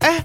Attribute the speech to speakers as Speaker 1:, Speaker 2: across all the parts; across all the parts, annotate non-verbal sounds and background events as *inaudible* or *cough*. Speaker 1: 哎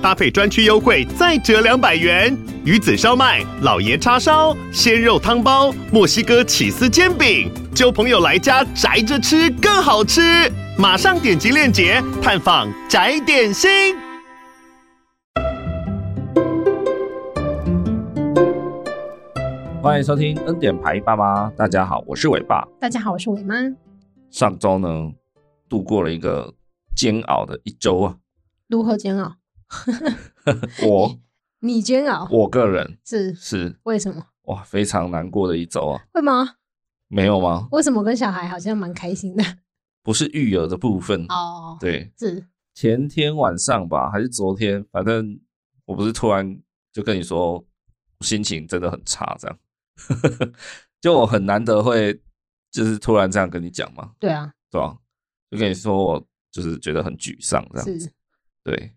Speaker 1: 搭配专区优惠再折两百元。鱼子烧麦、老爷叉烧、鲜肉汤包、墨西哥起司煎饼，就朋友来家宅着吃更好吃。马上点击链接探访宅点心。
Speaker 2: 欢迎收听《恩典牌爸妈》，大家好，我是伟爸。
Speaker 3: 大家好，我是伟妈。
Speaker 2: 上周呢，度过了一个煎熬的一周
Speaker 3: *laughs*
Speaker 2: 啊，
Speaker 3: 如何煎熬？
Speaker 2: 我
Speaker 3: *laughs* 你煎熬
Speaker 2: 我个人
Speaker 3: 是
Speaker 2: 是
Speaker 3: 为什么？
Speaker 2: 哇，非常难过的一周啊，
Speaker 3: 会吗？
Speaker 2: 没有吗？
Speaker 3: 为什么跟小孩好像蛮开心的？
Speaker 2: 不是育儿的部分，
Speaker 3: 哦，
Speaker 2: 对，
Speaker 3: 是
Speaker 2: 前天晚上吧，还是昨天，反正我不是突然就跟你说，心情真的很差，这样， *laughs* 就我很难得会就是突然这样跟你讲嘛，
Speaker 3: 对啊，
Speaker 2: 对吧、就跟你说我就是觉得很沮丧，这样子。
Speaker 3: 是
Speaker 2: 对，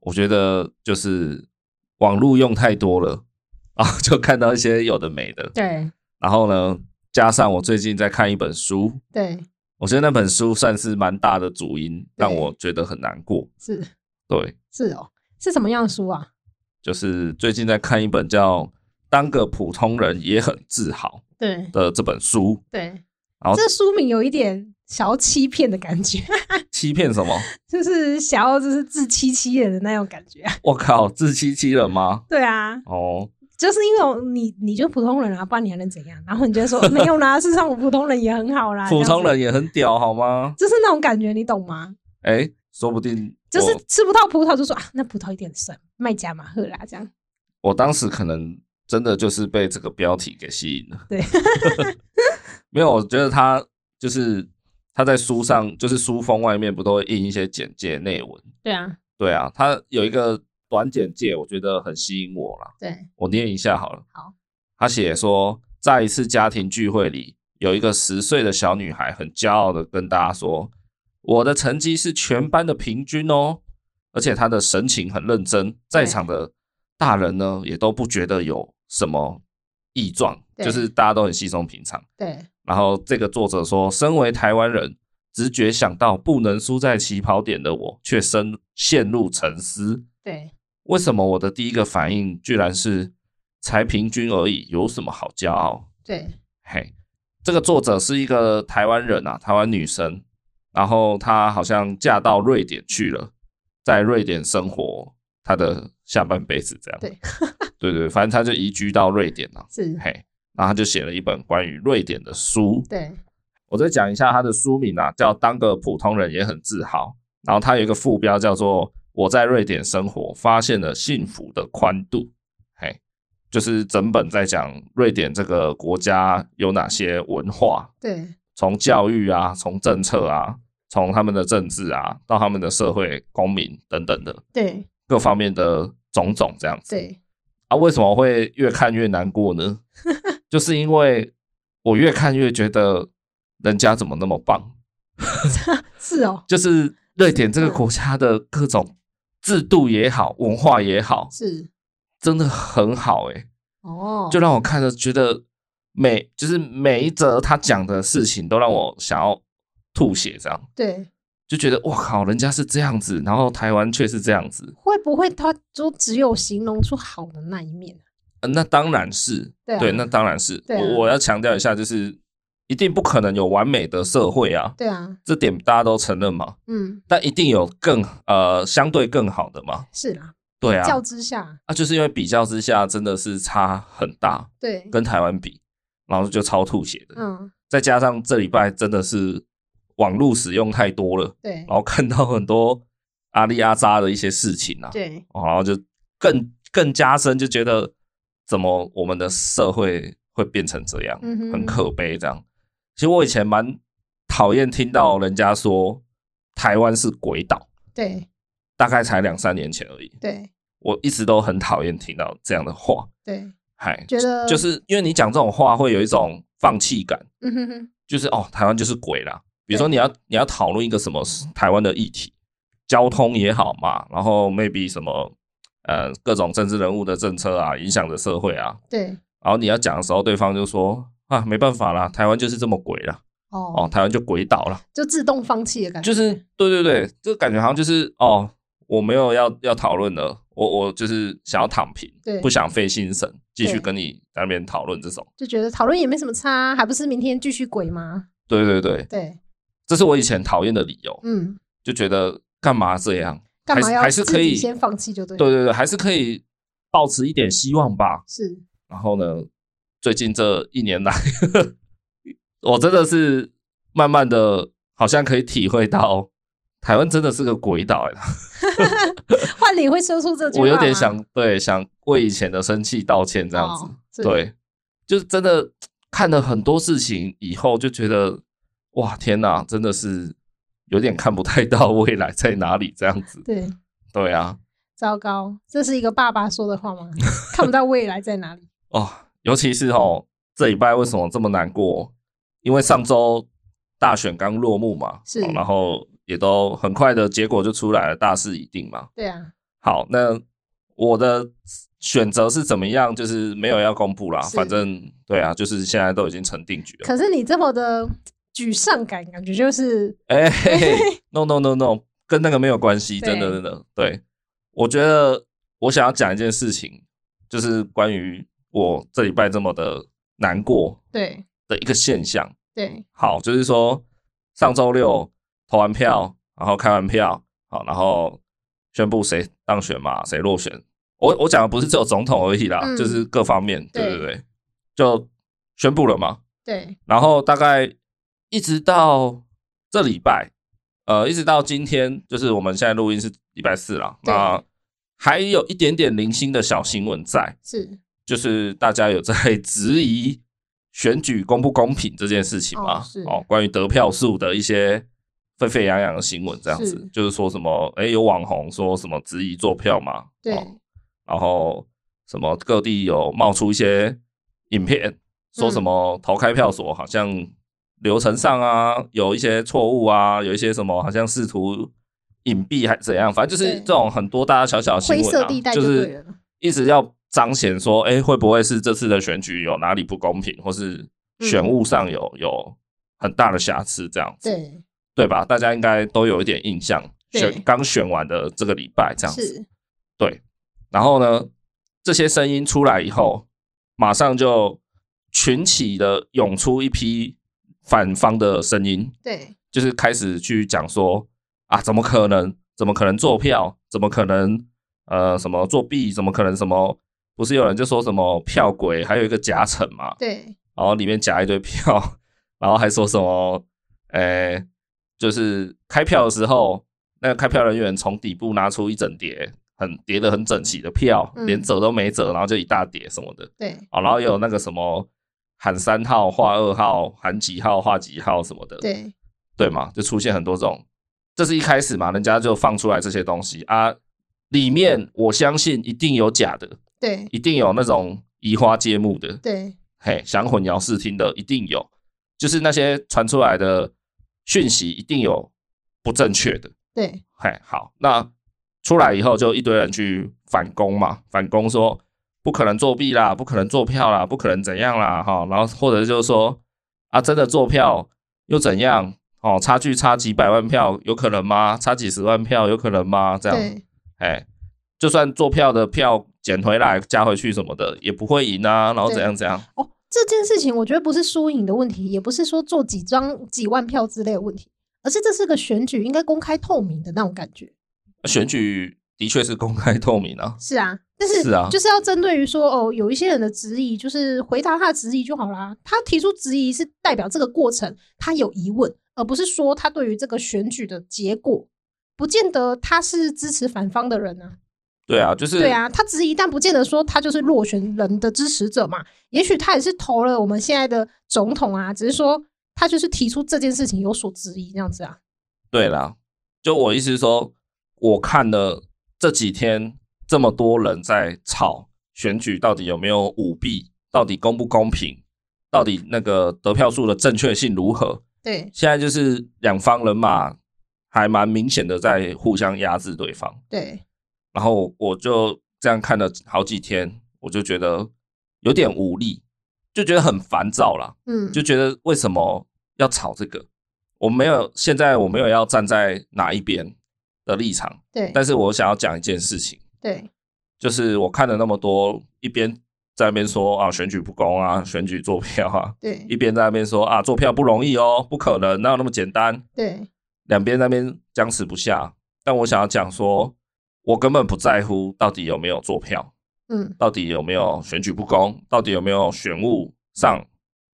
Speaker 2: 我觉得就是网络用太多了啊，然后就看到一些有的没的。
Speaker 3: 对
Speaker 2: 然后呢，加上我最近在看一本书，
Speaker 3: 对
Speaker 2: 我觉得那本书算是蛮大的主因，让
Speaker 3: 对
Speaker 2: 我觉得很难过。
Speaker 3: 是
Speaker 2: 对，
Speaker 3: 是哦，是什么样的书啊？
Speaker 2: 就是最近在看一本叫《当个普通人也很自豪
Speaker 3: 对》
Speaker 2: 的这本书，
Speaker 3: 对，
Speaker 2: 然后
Speaker 3: 这书名有一点小要欺骗的感觉， *laughs*
Speaker 2: 欺骗什么？
Speaker 3: 就是想要就是自欺欺人的那种感觉啊。
Speaker 2: 我靠，自欺欺人吗？
Speaker 3: 对啊，
Speaker 2: 哦，
Speaker 3: 就是因为你你就普通人啊，不然你还能怎样？然后你就说没有啦，事实 *laughs* 上我普通人也很好啦，
Speaker 2: 普通
Speaker 3: 啊这样
Speaker 2: 人也很屌好吗
Speaker 3: 子？就是那种感觉，你懂吗？
Speaker 2: 哎，说不定
Speaker 3: 就是
Speaker 2: 我
Speaker 3: 吃不到葡萄就说啊，那葡萄一点酸，卖加马赫啦，这样
Speaker 2: 我当时可能真的就是被这个标题给吸引了。
Speaker 3: 对，
Speaker 2: *laughs* 没有，我觉得他就是他在书上，就是书封外面不都会印一些简介内文？
Speaker 3: 对啊，
Speaker 2: 对啊，他有一个短简介，我觉得很吸引我啦。
Speaker 3: 对，
Speaker 2: 我念一下好了。
Speaker 3: 好，
Speaker 2: 他写说，在一次家庭聚会里，有一个十岁的小女孩很骄傲的跟大家说：“我的成绩是全班的平均哦。”而且她的神情很认真，在场的大人呢也都不觉得有什么异状，
Speaker 3: 对
Speaker 2: 就是大家都很稀松平常。
Speaker 3: 对，
Speaker 2: 然后这个作者说，身为台湾人，直觉想到不能输在起跑点的我，却深陷入沉思。
Speaker 3: 对，
Speaker 2: 为什么我的第一个反应居然是才平均而已，有什么好骄傲？
Speaker 3: 对，
Speaker 2: 嘿，这个作者是一个台湾人啊，台湾女生，然后她好像嫁到瑞典去了，在瑞典生活她的下半辈子这样。
Speaker 3: 对，
Speaker 2: 对对，反正她就移居到瑞典了、
Speaker 3: 是，
Speaker 2: 嘿，然后她就写了一本关于瑞典的书。
Speaker 3: 对，
Speaker 2: 我再讲一下它的书名啊，叫《当个普通人也很自豪》，然后它有一个副标叫做“我在瑞典生活，发现了幸福的宽度”。嘿，就是整本在讲瑞典这个国家有哪些文化，
Speaker 3: 对，
Speaker 2: 从教育啊，从政策啊，从他们的政治啊，到他们的社会、公民等等的
Speaker 3: 对，
Speaker 2: 各方面的种种这样子。
Speaker 3: 对，
Speaker 2: 啊，为什么会越看越难过呢？就是因为我越看越觉得人家怎么那么棒。
Speaker 3: 是哦，
Speaker 2: 就是瑞典这个国家的各种制度也好，文化也好，
Speaker 3: 是，
Speaker 2: 真的很好诶、欸
Speaker 3: 哦，
Speaker 2: 就让我看着觉得每就是每一则他讲的事情都让我想要吐血，这样
Speaker 3: 对，
Speaker 2: 就觉得哇靠，人家是这样子，然后台湾却是这样子，
Speaker 3: 会不会他就只有形容出好的那一面？啊
Speaker 2: 呃那当然是
Speaker 3: 对啊
Speaker 2: 那当然是
Speaker 3: 对啊
Speaker 2: 我我要强调一下，就是一定不可能有完美的社会啊，
Speaker 3: 对啊，
Speaker 2: 这点大家都承认嘛，
Speaker 3: 嗯，
Speaker 2: 但一定有更呃相对更好的嘛，
Speaker 3: 是啦，
Speaker 2: 对啊，
Speaker 3: 较之下，
Speaker 2: 啊，就是因为比较之下真的是差很大，
Speaker 3: 对，
Speaker 2: 跟台湾比，然后就超吐血的。
Speaker 3: 嗯，
Speaker 2: 再加上这礼拜真的是网络使用太多了，
Speaker 3: 对
Speaker 2: 然，后看到很多阿里阿扎的一些事情啊，
Speaker 3: 对，
Speaker 2: 哦然后就更更加深，就觉得怎么我们的社会会变成这样，
Speaker 3: 嗯哼
Speaker 2: 很可悲这样。其实我以前蛮讨厌听到人家说台湾是鬼岛，
Speaker 3: 对，
Speaker 2: 大概才两三年前而已。
Speaker 3: 对，
Speaker 2: 我一直都很讨厌听到这样的话，
Speaker 3: 对，
Speaker 2: 嗨，
Speaker 3: 觉得
Speaker 2: 就，是因为你讲这种话会有一种放弃感，
Speaker 3: 嗯哼哼，
Speaker 2: 就是哦，台湾就是鬼啦，比如说你要你要讨论一个什么台湾的议题，交通也好嘛，然后 maybe 什么呃各种政治人物的政策啊，影响着社会啊，
Speaker 3: 对，
Speaker 2: 然后你要讲的时候，对方就说啊没办法啦，台湾就是这么鬼啦，哦，
Speaker 3: 哦，
Speaker 2: 台湾就鬼岛了，
Speaker 3: 就自动放弃的感觉，
Speaker 2: 就是对对对，这个感觉好像就是哦，我没有要要讨论了，我我就是想要躺平
Speaker 3: 对，
Speaker 2: 不想费心神，继续
Speaker 3: 对
Speaker 2: 跟你在那边讨论这种。
Speaker 3: 就觉得讨论也没什么差，啊还不是明天继续鬼吗？
Speaker 2: 对对对，
Speaker 3: 对，
Speaker 2: 这是我以前讨厌的理由，
Speaker 3: 嗯，
Speaker 2: 就觉得干嘛这样？
Speaker 3: 干嘛
Speaker 2: 还是
Speaker 3: 要
Speaker 2: 还是
Speaker 3: 自
Speaker 2: 可
Speaker 3: 己
Speaker 2: 以
Speaker 3: 先放弃就对
Speaker 2: 对
Speaker 3: 了，
Speaker 2: 对对，还是可以保持一点希望吧。
Speaker 3: 是
Speaker 2: 然后呢，最近这一年来， *laughs* 我真的是慢慢的，好像可以体会到台湾真的是个鬼岛、欸。
Speaker 3: 换你会说出这句
Speaker 2: *laughs*
Speaker 3: 话
Speaker 2: 我有点
Speaker 3: 吗
Speaker 2: 想对想为以前的生气道歉这样子。
Speaker 3: 哦是
Speaker 2: 对，就是真的看了很多事情以后，就觉得哇天哪，真的是有点看不太到未来在哪里这样子。
Speaker 3: 对，
Speaker 2: 对啊，
Speaker 3: 糟糕，这是一个爸爸说的话吗？看不到未来在哪里？
Speaker 2: 哦，尤其是
Speaker 3: 嗯
Speaker 2: 哦，这礼拜为什么这么难过？因为上周大选刚落幕嘛，
Speaker 3: 是
Speaker 2: 哦然后也都很快的结果就出来了，大势已定嘛。
Speaker 3: 对啊，
Speaker 2: 好，那我的选择是怎么样？就是没有要公布啦，
Speaker 3: 是
Speaker 2: 反正对啊，就是现在都已经成定局了。
Speaker 3: 可是你这么的沮丧感，感觉就是
Speaker 2: 哎、嘿
Speaker 3: *laughs*
Speaker 2: 嘿 n o no no no，跟那个没有关系，
Speaker 3: 对
Speaker 2: 真的真的。对，我觉得我想要讲一件事情，就是关于我这礼拜这么的难过
Speaker 3: 对
Speaker 2: 的一个现象。
Speaker 3: 对
Speaker 2: 好，就是说上周六投完票，然后开完票，好，然后宣布谁当选嘛，谁落选。我我讲的不是只有总统而已啦，
Speaker 3: 嗯
Speaker 2: 就是各方面，对
Speaker 3: 对
Speaker 2: 对对，就宣布了嘛。
Speaker 3: 对，
Speaker 2: 然后大概一直到这礼拜，呃，一直到今天，就是我们现在录音是礼拜四啦，
Speaker 3: 对
Speaker 2: 那还有一点点零星的小新闻在，
Speaker 3: 是
Speaker 2: 就是大家有在 *laughs* 质疑选举公不公平这件事情嘛
Speaker 3: 哦是？
Speaker 2: 哦，关于得票数的一些沸沸扬扬的新闻，这样子
Speaker 3: 是
Speaker 2: 就是说什么，哎，有网红说什么质疑做票嘛？
Speaker 3: 对、
Speaker 2: 哦然后什么各地有冒出一些影片，说
Speaker 3: 嗯
Speaker 2: 什么投开票所好像流程上啊有一些错误啊，有一些什么好像试图隐蔽还怎样，反正就是
Speaker 3: 对
Speaker 2: 这种很多大大小小的新
Speaker 3: 灰
Speaker 2: 闻
Speaker 3: 色
Speaker 2: 啊
Speaker 3: 地带，就
Speaker 2: 就
Speaker 3: 对
Speaker 2: 是
Speaker 3: 了。
Speaker 2: 一直要彰显说，哎，会不会是这次的选举有哪里不公平，或是选务上有有很大的瑕疵这样子，
Speaker 3: 嗯对，
Speaker 2: 对吧？大家应该都有一点印象，
Speaker 3: 对
Speaker 2: 选刚选完的这个礼拜这样子。
Speaker 3: 是
Speaker 2: 然后呢，这些声音出来以后，马上就群起的涌出一批反方的声音，
Speaker 3: 对
Speaker 2: 就是开始去讲说啊，怎么可能？怎么可能做票？怎么可能？呃，什么作弊？怎么可能？什么？不是有人就说什么票鬼，还有一个夹层嘛，
Speaker 3: 对
Speaker 2: 然后里面夹一堆票，然后还说什么，呃，就是开票的时候，那个开票人员从底部拿出一整叠，很叠的很整齐的票，
Speaker 3: 嗯
Speaker 2: 连折都没折，然后就一大叠什么的
Speaker 3: 对
Speaker 2: 啊、哦然后也有那个什么喊三号、画二号、喊几号、画几号什么的，
Speaker 3: 对
Speaker 2: 对嘛，就出现很多这种，这是一开始嘛，人家就放出来这些东西啊，里面我相信一定有假的，
Speaker 3: 对
Speaker 2: 一定有那种移花接木的，
Speaker 3: 对
Speaker 2: 嘿，想混淆视听的一定有，就是那些传出来的讯息一定有不正确的。
Speaker 3: 对
Speaker 2: 嘿，好，那出来以后就一堆人去反攻嘛，反攻说不可能作弊啦，不可能做票啦，不可能怎样啦，哈，然后或者就是说啊，真的做票又怎样？哦，差距差几百万票有可能吗？差几十万票有可能吗？这样，
Speaker 3: 对
Speaker 2: 哎，就算做票的票捡回来加回去什么的，也不会赢啊，然后怎
Speaker 3: 对
Speaker 2: 样怎样。
Speaker 3: 哦，这件事情我觉得不是输赢的问题，也不是说做几张几万票之类的问题，而是这是个选举，应该公开透明的那种感觉。
Speaker 2: 选举的确是公开透明啊，
Speaker 3: 是啊，但是
Speaker 2: 是啊
Speaker 3: 就是要针对于说哦，有一些人的质疑，就是回答他的质疑就好啦。他提出质疑是代表这个过程他有疑问，而不是说他对于这个选举的结果，不见得他是支持反方的人啊。
Speaker 2: 对啊，就是
Speaker 3: 对，啊，他质疑，但不见得说他就是落选人的支持者嘛。也许他也是投了我们现在的总统啊，只是说他就是提出这件事情有所质疑这样子啊。
Speaker 2: 对啦，就我意思是说，我看了这几天这么多人在吵选举到底有没有舞弊，到底公不公平，到底那个得票数的正确性如何，
Speaker 3: 对
Speaker 2: 现在就是两方人马还蛮明显的在互相压制对方，
Speaker 3: 对，
Speaker 2: 然后我就这样看了好几天，我就觉得有点无力，就觉得很烦躁啦，
Speaker 3: 嗯，
Speaker 2: 就觉得为什么要吵这个？我没有现在我没有要站在哪一边的立场，
Speaker 3: 对
Speaker 2: 但是我想要讲一件事情。
Speaker 3: 对
Speaker 2: 就是我看了那么多，一边在那边说啊选举不公啊，选举做票啊，
Speaker 3: 对
Speaker 2: 一边在那边说啊做票不容易哦，不可能，哪有那么简单？
Speaker 3: 对
Speaker 2: 两边在那边僵持不下。但我想要讲说，我根本不在乎到底有没有做票，
Speaker 3: 嗯
Speaker 2: 到底有没有选举不公，到底有没有选务上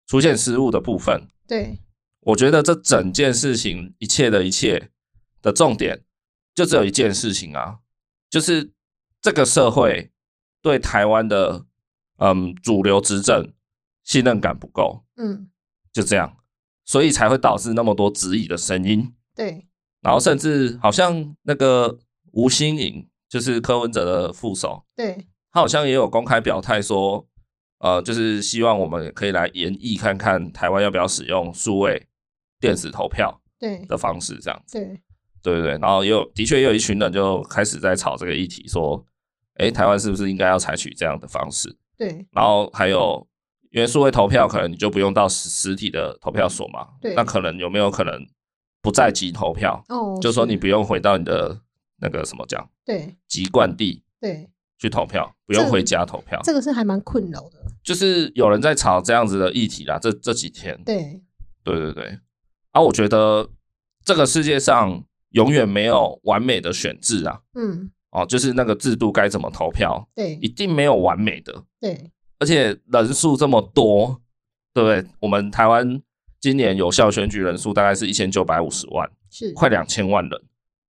Speaker 2: 出现失误的部分。
Speaker 3: 对
Speaker 2: 我觉得这整件事情一切的一切的重点，就只有一件事情啊，就是这个社会对台湾的嗯主流执政信任感不够，
Speaker 3: 嗯
Speaker 2: 就这样，所以才会导致那么多质疑的声音，
Speaker 3: 对
Speaker 2: 然后甚至好像那个吴新颖，就是柯文哲的副手，
Speaker 3: 对
Speaker 2: 他好像也有公开表态说，呃，就是希望我们也可以来研议看看台湾要不要使用数位电子投票。
Speaker 3: 对
Speaker 2: 的方式，这样子，
Speaker 3: 对
Speaker 2: 对对对。然后也有的确也有一群人就开始在吵这个议题，说，诶，台湾是不是应该要采取这样的方式？
Speaker 3: 对
Speaker 2: 然后还有，因为数位投票可能你就不用到实实体的投票所嘛，
Speaker 3: 对
Speaker 2: 那可能有没有可能不在籍投票，
Speaker 3: 哦，
Speaker 2: 就说
Speaker 3: 是
Speaker 2: 你不用回到你的那个什么讲
Speaker 3: 对
Speaker 2: 籍贯地
Speaker 3: 对，
Speaker 2: 去投票，不
Speaker 3: 这
Speaker 2: 用回家投票，
Speaker 3: 这个是还蛮困扰的，
Speaker 2: 就是有人在吵这样子的议题啦。这这几天，
Speaker 3: 对
Speaker 2: 对对对，啊，我觉得这个世界上永远没有完美的选制啊，
Speaker 3: 嗯
Speaker 2: 哦，就是那个制度该怎么投票，
Speaker 3: 对
Speaker 2: 一定没有完美的，
Speaker 3: 对
Speaker 2: 而且人数这么多，对不对？我们台湾今年有效选举人数大概是一千九百五十万，
Speaker 3: 是，
Speaker 2: 快两千万人，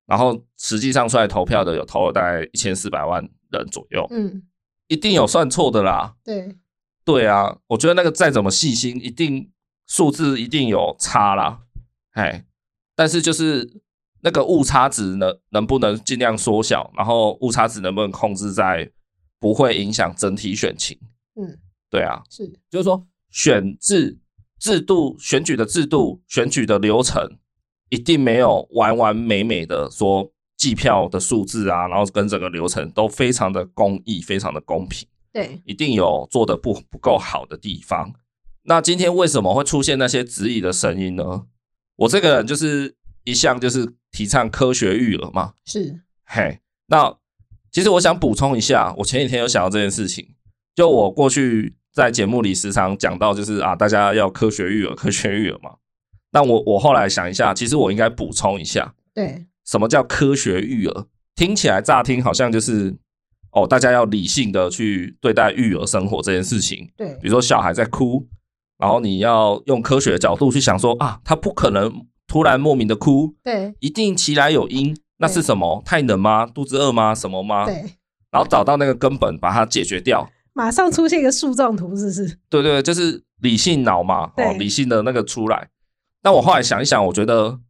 Speaker 2: 然后实际上出来投票的有投了大概一千四百万人左右，
Speaker 3: 嗯
Speaker 2: 一定有算错的啦。
Speaker 3: 对
Speaker 2: 对啊，我觉得那个再怎么细心，一定数字一定有差啦，哎，但是就是那个误差值能能不能尽量缩小，然后误差值能不能控制在不会影响整体选情？
Speaker 3: 嗯
Speaker 2: 对啊，
Speaker 3: 是，
Speaker 2: 就是说选制制度、选举的制度、选举的流程，一定没有完完美美的说计票的数字啊，然后跟整个流程都非常的公义、非常的公平。
Speaker 3: 对
Speaker 2: 一定有做的不不够好的地方。那今天为什么会出现那些质疑的声音呢？我这个人就是一向就是提倡科学育儿嘛，
Speaker 3: 是，
Speaker 2: 嘿。那其实我想补充一下，我前几天有想到这件事情，就我过去在节目里时常讲到，就是啊，大家要科学育儿，科学育儿嘛。那我我后来想一下，其实我应该补充一下，
Speaker 3: 对
Speaker 2: 什么叫科学育儿？听起来乍听好像就是哦，大家要理性的去对待育儿生活这件事情。
Speaker 3: 对
Speaker 2: 比如说小孩在哭，然后你要用科学的角度去想说啊，他不可能突然莫名的哭，
Speaker 3: 对
Speaker 2: 一定其来有因。那是什么？太冷吗？肚子饿吗？什么吗？
Speaker 3: 对，
Speaker 2: 然后找到那个根本，把它解决掉。
Speaker 3: 马上出现一个树状图，是不是？
Speaker 2: 对对，就是理性脑嘛，哦
Speaker 3: 对，
Speaker 2: 理性的那个出来。那我后来想一想，我觉得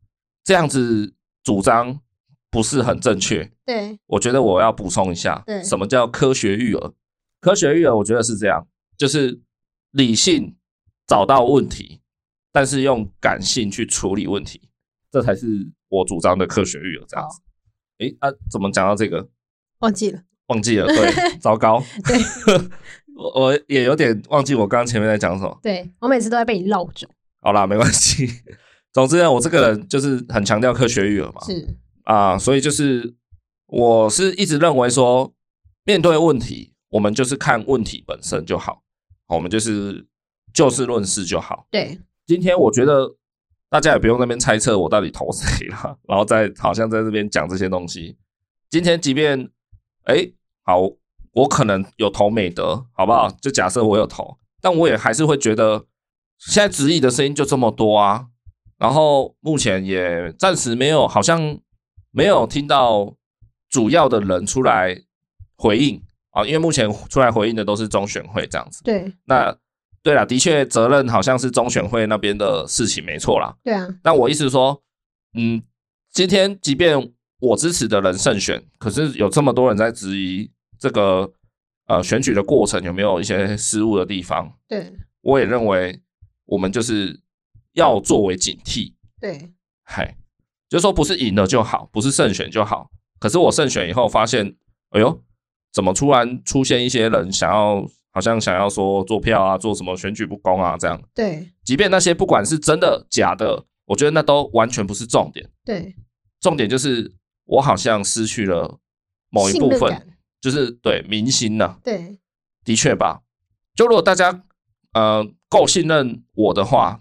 Speaker 2: 这样子主张不是很正确。
Speaker 3: 对
Speaker 2: 我觉得我要补充一下，
Speaker 3: 对
Speaker 2: 什么叫科学育儿？科学育儿，我觉得是这样，就是理性找到问题，但是用感性去处理问题，这才是我主张的科学育儿这样子。诶，啊，怎么讲到这个？
Speaker 3: 忘记了，
Speaker 2: 忘记了，
Speaker 3: *laughs*
Speaker 2: 对，糟糕，
Speaker 3: 对，
Speaker 2: 我我也有点忘记我刚刚前面在讲什么。
Speaker 3: 对我每次都在被你绕走，
Speaker 2: 好啦，没关系。 *laughs* 总之呢，我这个人就是很强调科学育儿嘛，
Speaker 3: 是
Speaker 2: 啊，所以就是我是一直认为说，面对问题，我们就是看问题本身就好，我们就是就事论事就好。
Speaker 3: 对
Speaker 2: 今天我觉得大家也不用在那边猜测我到底投谁啦，然后再好像在这边讲这些东西。今天即便哎、好，我可能有投美德，好不好？就假设我有投，但我也还是会觉得现在质疑的声音就这么多啊。然后目前也暂时没有，好像没有听到主要的人出来回应啊，因为目前出来回应的都是中选会这样子。
Speaker 3: 对
Speaker 2: 那对了，的确责任好像是中选会那边的事情，没错啦。
Speaker 3: 对啊，
Speaker 2: 但我意思是说，嗯，今天即便我支持的人胜选，可是有这么多人在质疑这个呃选举的过程有没有一些失误的地方，
Speaker 3: 对
Speaker 2: 我也认为我们就是要作为警惕。
Speaker 3: 对，
Speaker 2: 嗨，就是说不是赢了就好，不是胜选就好。可是我胜选以后发现，哎呦，怎么突然出现一些人想要，好像想要说做票啊，做什么选举不公啊这样。
Speaker 3: 对，
Speaker 2: 即便那些不管是真的假的，我觉得那都完全不是重点。
Speaker 3: 对，
Speaker 2: 重点就是我好像失去了某一
Speaker 3: 信
Speaker 2: 部
Speaker 3: 任
Speaker 2: 分，
Speaker 3: 感，
Speaker 2: 就是对明星呢、
Speaker 3: 对，
Speaker 2: 的确吧。就如果大家呃够信任我的话，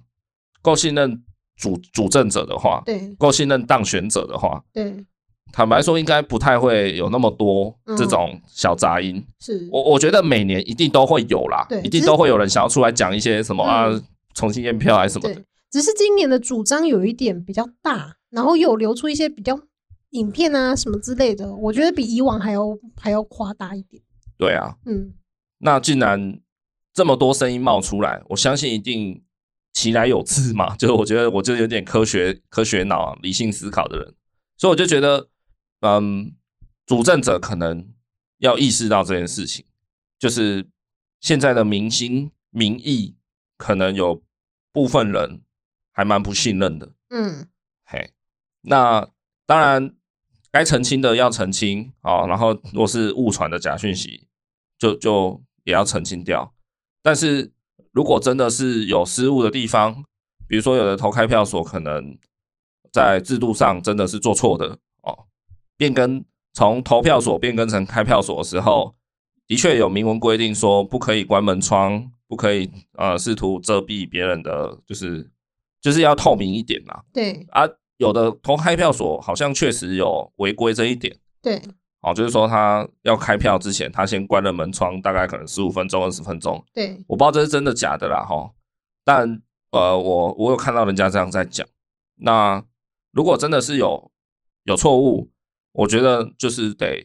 Speaker 2: 够信任主主政者的话，
Speaker 3: 对，
Speaker 2: 够信任当选者的话，
Speaker 3: 对，
Speaker 2: 坦白说，应该不太会有那么多
Speaker 3: 嗯
Speaker 2: 这种小杂音。
Speaker 3: 是，
Speaker 2: 我我觉得每年一定都会有啦
Speaker 3: 对，
Speaker 2: 一
Speaker 3: 只
Speaker 2: 定
Speaker 3: 是
Speaker 2: 都会有人想要出来讲一些什么、
Speaker 3: 嗯
Speaker 2: 啊，重新验票还是什么的
Speaker 3: 对。，只是今年的主张有一点比较大，然后有流出一些比较影片啊什么之类的，我觉得比以往还要还要夸大一点。
Speaker 2: 对啊，
Speaker 3: 嗯，
Speaker 2: 那竟然这么多声音冒出来，我相信一定其来有自嘛。 *laughs* 就是我觉得我就有点科学科学脑啊、理性思考的人，所以我就觉得，嗯，主政者可能要意识到这件事情，就是现在的明星民意可能有部分人还蛮不信任的。
Speaker 3: 嗯，
Speaker 2: 嘿，那当然该澄清的要澄清哦，然后如果是误传的假讯息，就就也要澄清掉。但是如果真的是有失误的地方，比如说有的投开票所可能在制度上真的是做错的哦，变更从投票所变更成开票所的时候，的确有明文规定说不可以关门窗，不可以呃试图遮蔽别人的，就是就是要透明一点啦。
Speaker 3: 对
Speaker 2: 啊，有的投开票所好像确实有违规这一点
Speaker 3: 对
Speaker 2: 哦，就是说他要开票之前，他先关了门窗，大概可能十五分钟、二十分钟，
Speaker 3: 对
Speaker 2: 我不知道这是真的假的啦哈。齁但呃，我我有看到人家这样在讲。那如果真的是有有错误，我觉得就是得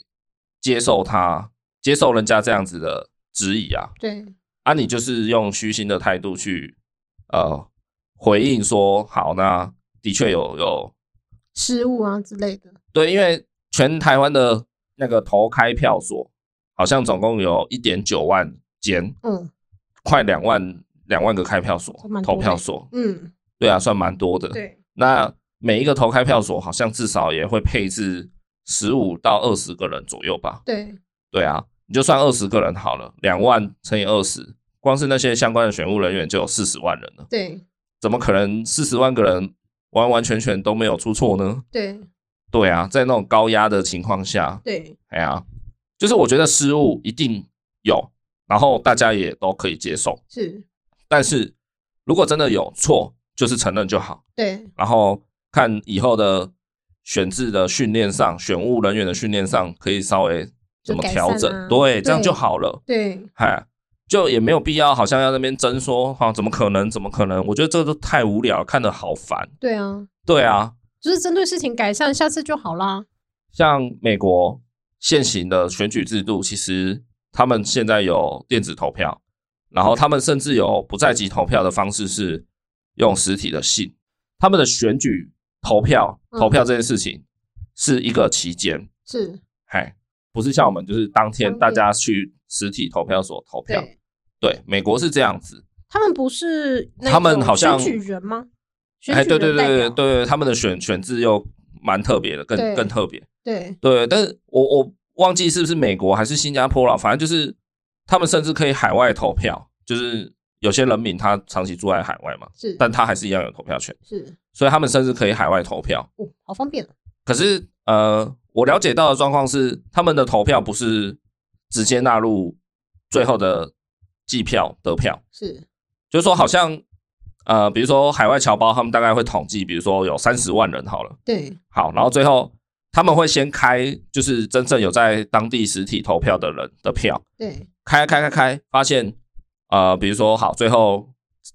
Speaker 2: 接受他，接受人家这样子的质疑啊。
Speaker 3: 对
Speaker 2: 啊，你就是用虚心的态度去呃回应说，好，那的确有有
Speaker 3: 失误啊之类的。
Speaker 2: 对，因为全台湾的那个投开票所，好像总共有一点九万间，
Speaker 3: 嗯
Speaker 2: 快两万两万个开票所
Speaker 3: 蛮多
Speaker 2: 投
Speaker 3: 的
Speaker 2: 票所，
Speaker 3: 嗯，
Speaker 2: 对啊，算蛮多的。
Speaker 3: 对
Speaker 2: 那每一个投开票所好像至少也会配置十五到二十个人左右吧？
Speaker 3: 对
Speaker 2: 对啊，你就算二十个人好了，两万乘以二十，光是那些相关的选务人员就有四十万人了，
Speaker 3: 对
Speaker 2: 怎么可能四十万个人完完全全都没有出错呢？
Speaker 3: 对
Speaker 2: 对啊，在那种高压的情况下，
Speaker 3: 对
Speaker 2: 哎呀，就是我觉得失误一定有，然后大家也都可以接受。
Speaker 3: 是，
Speaker 2: 但是如果真的有错，就是承认就好，
Speaker 3: 对
Speaker 2: 然后看以后的选制的训练上，选务人员的训练上可以稍微怎么调
Speaker 3: 就
Speaker 2: 整，
Speaker 3: 改善啊
Speaker 2: 对，这样
Speaker 3: 对
Speaker 2: 就好了。
Speaker 3: 对
Speaker 2: 嗨，就也没有必要好像要那边争说，哈、怎么可能？怎么可能？我觉得这都太无聊，看得好烦。
Speaker 3: 对啊，
Speaker 2: 对啊，
Speaker 3: 就是针对事情改善，下次就好啦。
Speaker 2: 像美国现行的选举制度，其实他们现在有电子投票，然后他们甚至有不在籍投票的方式是用实体的信。他们的选举投票
Speaker 3: 嗯
Speaker 2: 投票这件事情是一个期间，
Speaker 3: 是，
Speaker 2: 嗨，不是像我们就是当天大
Speaker 3: 当天
Speaker 2: 家去实体投票所投票。
Speaker 3: 对
Speaker 2: 对，美国是这样子。
Speaker 3: 他们不是那
Speaker 2: 他们
Speaker 3: 种
Speaker 2: 好像
Speaker 3: 选举人吗？选
Speaker 2: 哎，
Speaker 3: 举
Speaker 2: 对对
Speaker 3: 人代
Speaker 2: 对对
Speaker 3: 表
Speaker 2: 对，他们的选选制又蛮特别的，更
Speaker 3: 对
Speaker 2: 更特别。
Speaker 3: 对
Speaker 2: 对，但是我我忘记是不是美国还是新加坡了，反正就是他们甚至可以海外投票，就是有些人民他长期住在海外嘛，
Speaker 3: 是
Speaker 2: 但他还是一样有投票权，
Speaker 3: 是，
Speaker 2: 所以他们甚至可以海外投票。
Speaker 3: 哦，好方便哦。
Speaker 2: 可是呃，我了解到的状况是，他们的投票不是直接纳入最后的计票得票，
Speaker 3: 是，
Speaker 2: 就是说好像呃，比如说海外侨胞，他们大概会统计，比如说有三十万人好了。
Speaker 3: 对
Speaker 2: 好，然后最后他们会先开，就是真正有在当地实体投票的人的票，
Speaker 3: 对
Speaker 2: 开开开开，发现呃，比如说好，最后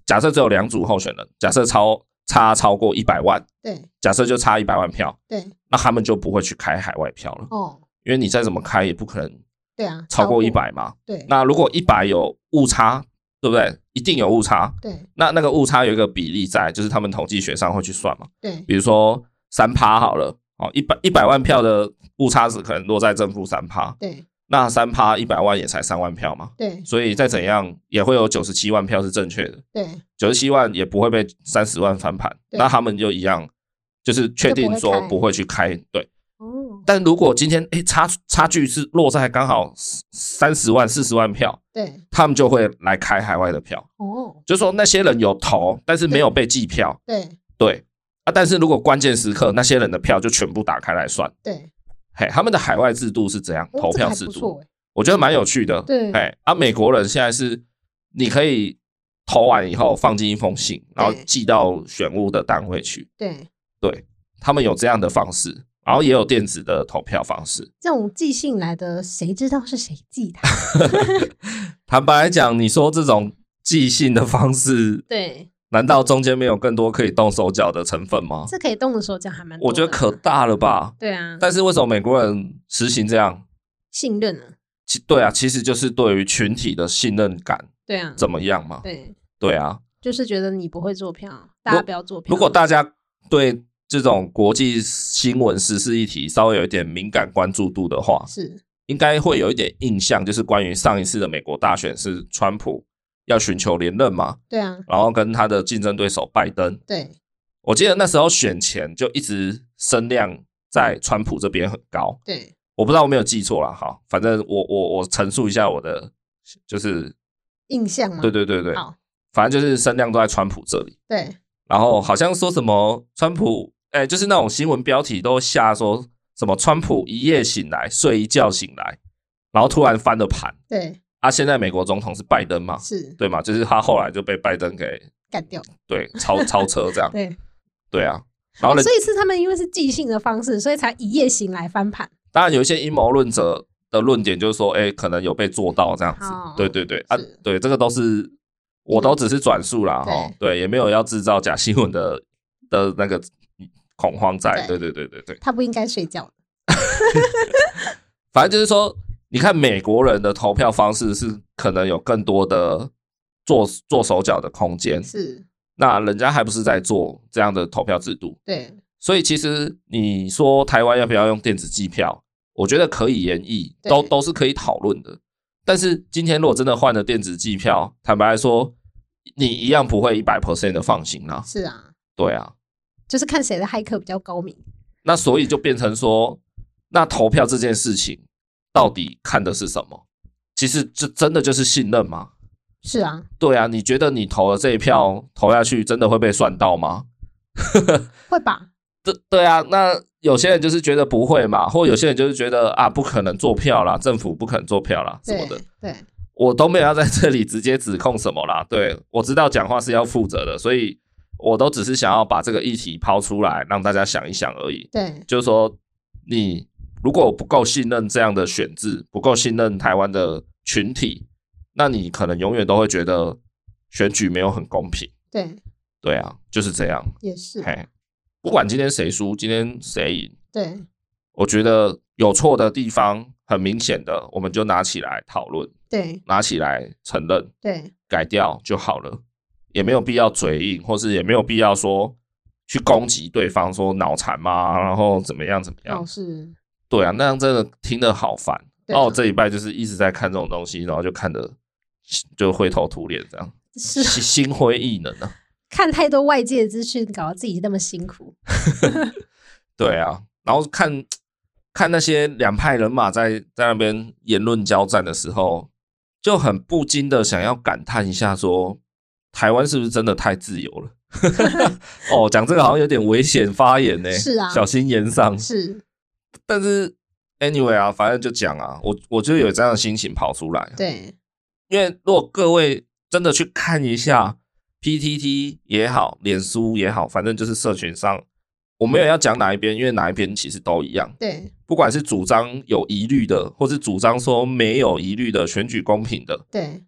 Speaker 2: 假设只有两组候选人，假设超差超过一百万，
Speaker 3: 对
Speaker 2: 假设就差一百万票，
Speaker 3: 对，
Speaker 2: 那他们就不会去开海外票了，
Speaker 3: 哦，
Speaker 2: 因为你再怎么开也不可能
Speaker 3: 对啊，
Speaker 2: 超过一，百嘛。
Speaker 3: 对
Speaker 2: 那如果一百有误差，对不对？一定有误差，
Speaker 3: 对
Speaker 2: 那那个误差有一个比例在，就是他们统计学上会去算嘛。
Speaker 3: 对
Speaker 2: 比如说三趴好了，哦，一百一百万票的误差值可能落在正负三趴，
Speaker 3: 对
Speaker 2: 那三趴一百万也才三万票嘛，
Speaker 3: 对
Speaker 2: 所以再怎样也会有九十七万票是正确的，
Speaker 3: 对
Speaker 2: 九十七万也不会被三十万翻盘，
Speaker 3: 对
Speaker 2: 那他们就一样，就是确定
Speaker 3: 就
Speaker 2: 说
Speaker 3: 不会开
Speaker 2: 不会去开，对。
Speaker 3: 哦，
Speaker 2: 但如果今天诶差差距是落在刚好三十万四十万票，
Speaker 3: 对
Speaker 2: 他们就会来开海外的票，
Speaker 3: 哦，
Speaker 2: 就是说那些人有投，但是没有被计票，
Speaker 3: 对
Speaker 2: 对啊。但是如果关键时刻那些人的票就全部打开来算，
Speaker 3: 对，
Speaker 2: 嘿，他们的海外制度是这样，
Speaker 3: 哦
Speaker 2: 投
Speaker 3: 这个
Speaker 2: 票
Speaker 3: 还
Speaker 2: 制
Speaker 3: 不
Speaker 2: 度，
Speaker 3: 错欸
Speaker 2: 我觉得蛮有趣的。
Speaker 3: 对
Speaker 2: 哎，啊，美国人现在是你可以投完以后放进一封信，然后寄到选务的单位去，
Speaker 3: 对
Speaker 2: 他们有这样的方式，然后也有电子的投票方式。
Speaker 3: 这种寄信来的，谁知道是谁寄的？啊
Speaker 2: 坦白来讲，你说这种寄信的方式，
Speaker 3: *laughs* 对，
Speaker 2: 难道中间没有更多可以动手脚的成分吗？
Speaker 3: 这可以动的手脚还蛮多的，
Speaker 2: 我觉得可大了吧。
Speaker 3: 对啊，
Speaker 2: 但是为什么美国人实行这样？
Speaker 3: 信任啊，
Speaker 2: 其对啊，其实就是对于群体的信任感
Speaker 3: 对啊，
Speaker 2: 怎么样嘛？
Speaker 3: 对，
Speaker 2: 对啊，
Speaker 3: 就是觉得你不会做票，大家不要做票。
Speaker 2: 如果大家对这种国际新闻时事议题稍微有一点敏感关注度的话，
Speaker 3: 是
Speaker 2: 应该会有一点印象，就是关于上一次的美国大选是川普要寻求连任嘛，
Speaker 3: 对啊，
Speaker 2: 然后跟他的竞争对手拜登。
Speaker 3: 对
Speaker 2: 我记得那时候选前就一直声量在川普这边很高，
Speaker 3: 对
Speaker 2: 我不知道我没有记错啦，哈，反正我我我陈述一下我的，就是
Speaker 3: 印象嘛，
Speaker 2: 对对对对，
Speaker 3: 好
Speaker 2: 反正就是声量都在川普这里。
Speaker 3: 对
Speaker 2: 然后好像说什么川普，哎，就是那种新闻标题都下说什么川普一夜醒来，睡一觉醒来，然后突然翻了盘
Speaker 3: 对
Speaker 2: 啊！现在美国总统是拜登嘛，
Speaker 3: 是
Speaker 2: 对嘛？就是他后来就被拜登给
Speaker 3: 干掉，
Speaker 2: 对超超车这样，
Speaker 3: *laughs* 对，
Speaker 2: 对啊。然后呢
Speaker 3: 所，以是他们因为是寄信的方式，所以才一夜醒来翻盘。
Speaker 2: 当然有一些阴谋论者的论点就是说，哎，可能有被做到这样子
Speaker 3: 哦，
Speaker 2: 对对对啊
Speaker 3: 是，嗯
Speaker 2: 对，这个都是我都只是转述啦，
Speaker 3: 对
Speaker 2: 哈，对，也没有要制造假新闻的的那个恐慌在，
Speaker 3: 对
Speaker 2: 对对对对对。
Speaker 3: 他不应该睡觉的，
Speaker 2: 反正就是说，你看美国人的投票方式是可能有更多的做做手脚的空间，
Speaker 3: 是
Speaker 2: 那人家还不是在做这样的投票制度？
Speaker 3: 对
Speaker 2: 所以其实你说台湾要不要用电子计票，我觉得可以研议，
Speaker 3: 对
Speaker 2: 都都是可以讨论的。但是今天如果真的换了电子计票，坦白来说，你一样不会一百 percent 的放心啦、
Speaker 3: 是啊，
Speaker 2: 对啊，
Speaker 3: 就是看谁的骇客比较高明。
Speaker 2: 那所以就变成说，那投票这件事情到底看的是什么？其实这真的就是信任吗？
Speaker 3: 是啊，
Speaker 2: 对啊，你觉得你投了这一票投下去，真的会被算到吗？
Speaker 3: 会吧？
Speaker 2: 对对啊，那有些人就是觉得不会嘛，或有些人就是觉得啊，不可能做票啦，政府不可能做票啦什
Speaker 3: 对
Speaker 2: 么的，
Speaker 3: 对
Speaker 2: 我都没有要在这里直接指控什么啦。对我知道讲话是要负责的，所以我都只是想要把这个议题抛出来，让大家想一想而已。
Speaker 3: 对
Speaker 2: 就是说，你如果不够信任这样的选制，不够信任台湾的群体，那你可能永远都会觉得选举没有很公平。
Speaker 3: 对，
Speaker 2: 对啊，就是这样。
Speaker 3: 也是
Speaker 2: 嘿，不管今天谁输，今天谁赢，
Speaker 3: 对
Speaker 2: 我觉得有错的地方很明显的，我们就拿起来讨论，
Speaker 3: 对
Speaker 2: 拿起来承认，
Speaker 3: 对
Speaker 2: 改掉就好了，也没有必要嘴硬，或是也没有必要说去攻击对方，说脑残嘛，然后怎么样怎么样。
Speaker 3: 哦是，
Speaker 2: 对啊，那样真的听得好烦。
Speaker 3: 对
Speaker 2: 然后
Speaker 3: 啊
Speaker 2: 我这一拜就是一直在看这种东西，然后就看得就灰头土脸这
Speaker 3: *laughs*
Speaker 2: 样，
Speaker 3: 是
Speaker 2: 心心灰意冷啊。
Speaker 3: 看太多外界的资讯，搞得自己那么辛苦。
Speaker 2: 对啊，然后看看那些两派人马在在那边言论交战的时候，就很不禁的想要感叹一下说，台湾是不是真的太自由了？ *laughs* 哦，讲这个好像有点危险发言呢、
Speaker 3: 是啊
Speaker 2: 小心言上。
Speaker 3: 是，
Speaker 2: 但是 anyway 啊，反正就讲啊，我我就有这样的心情跑出来。
Speaker 3: 对
Speaker 2: 因为如果各位真的去看一下 PTT 也好，脸书也好，反正就是社群上，我没有要讲哪一边，因为哪一边其实都一样，
Speaker 3: 对
Speaker 2: 不管是主张有疑虑的，或是主张说没有疑虑的选举公平的，
Speaker 3: 对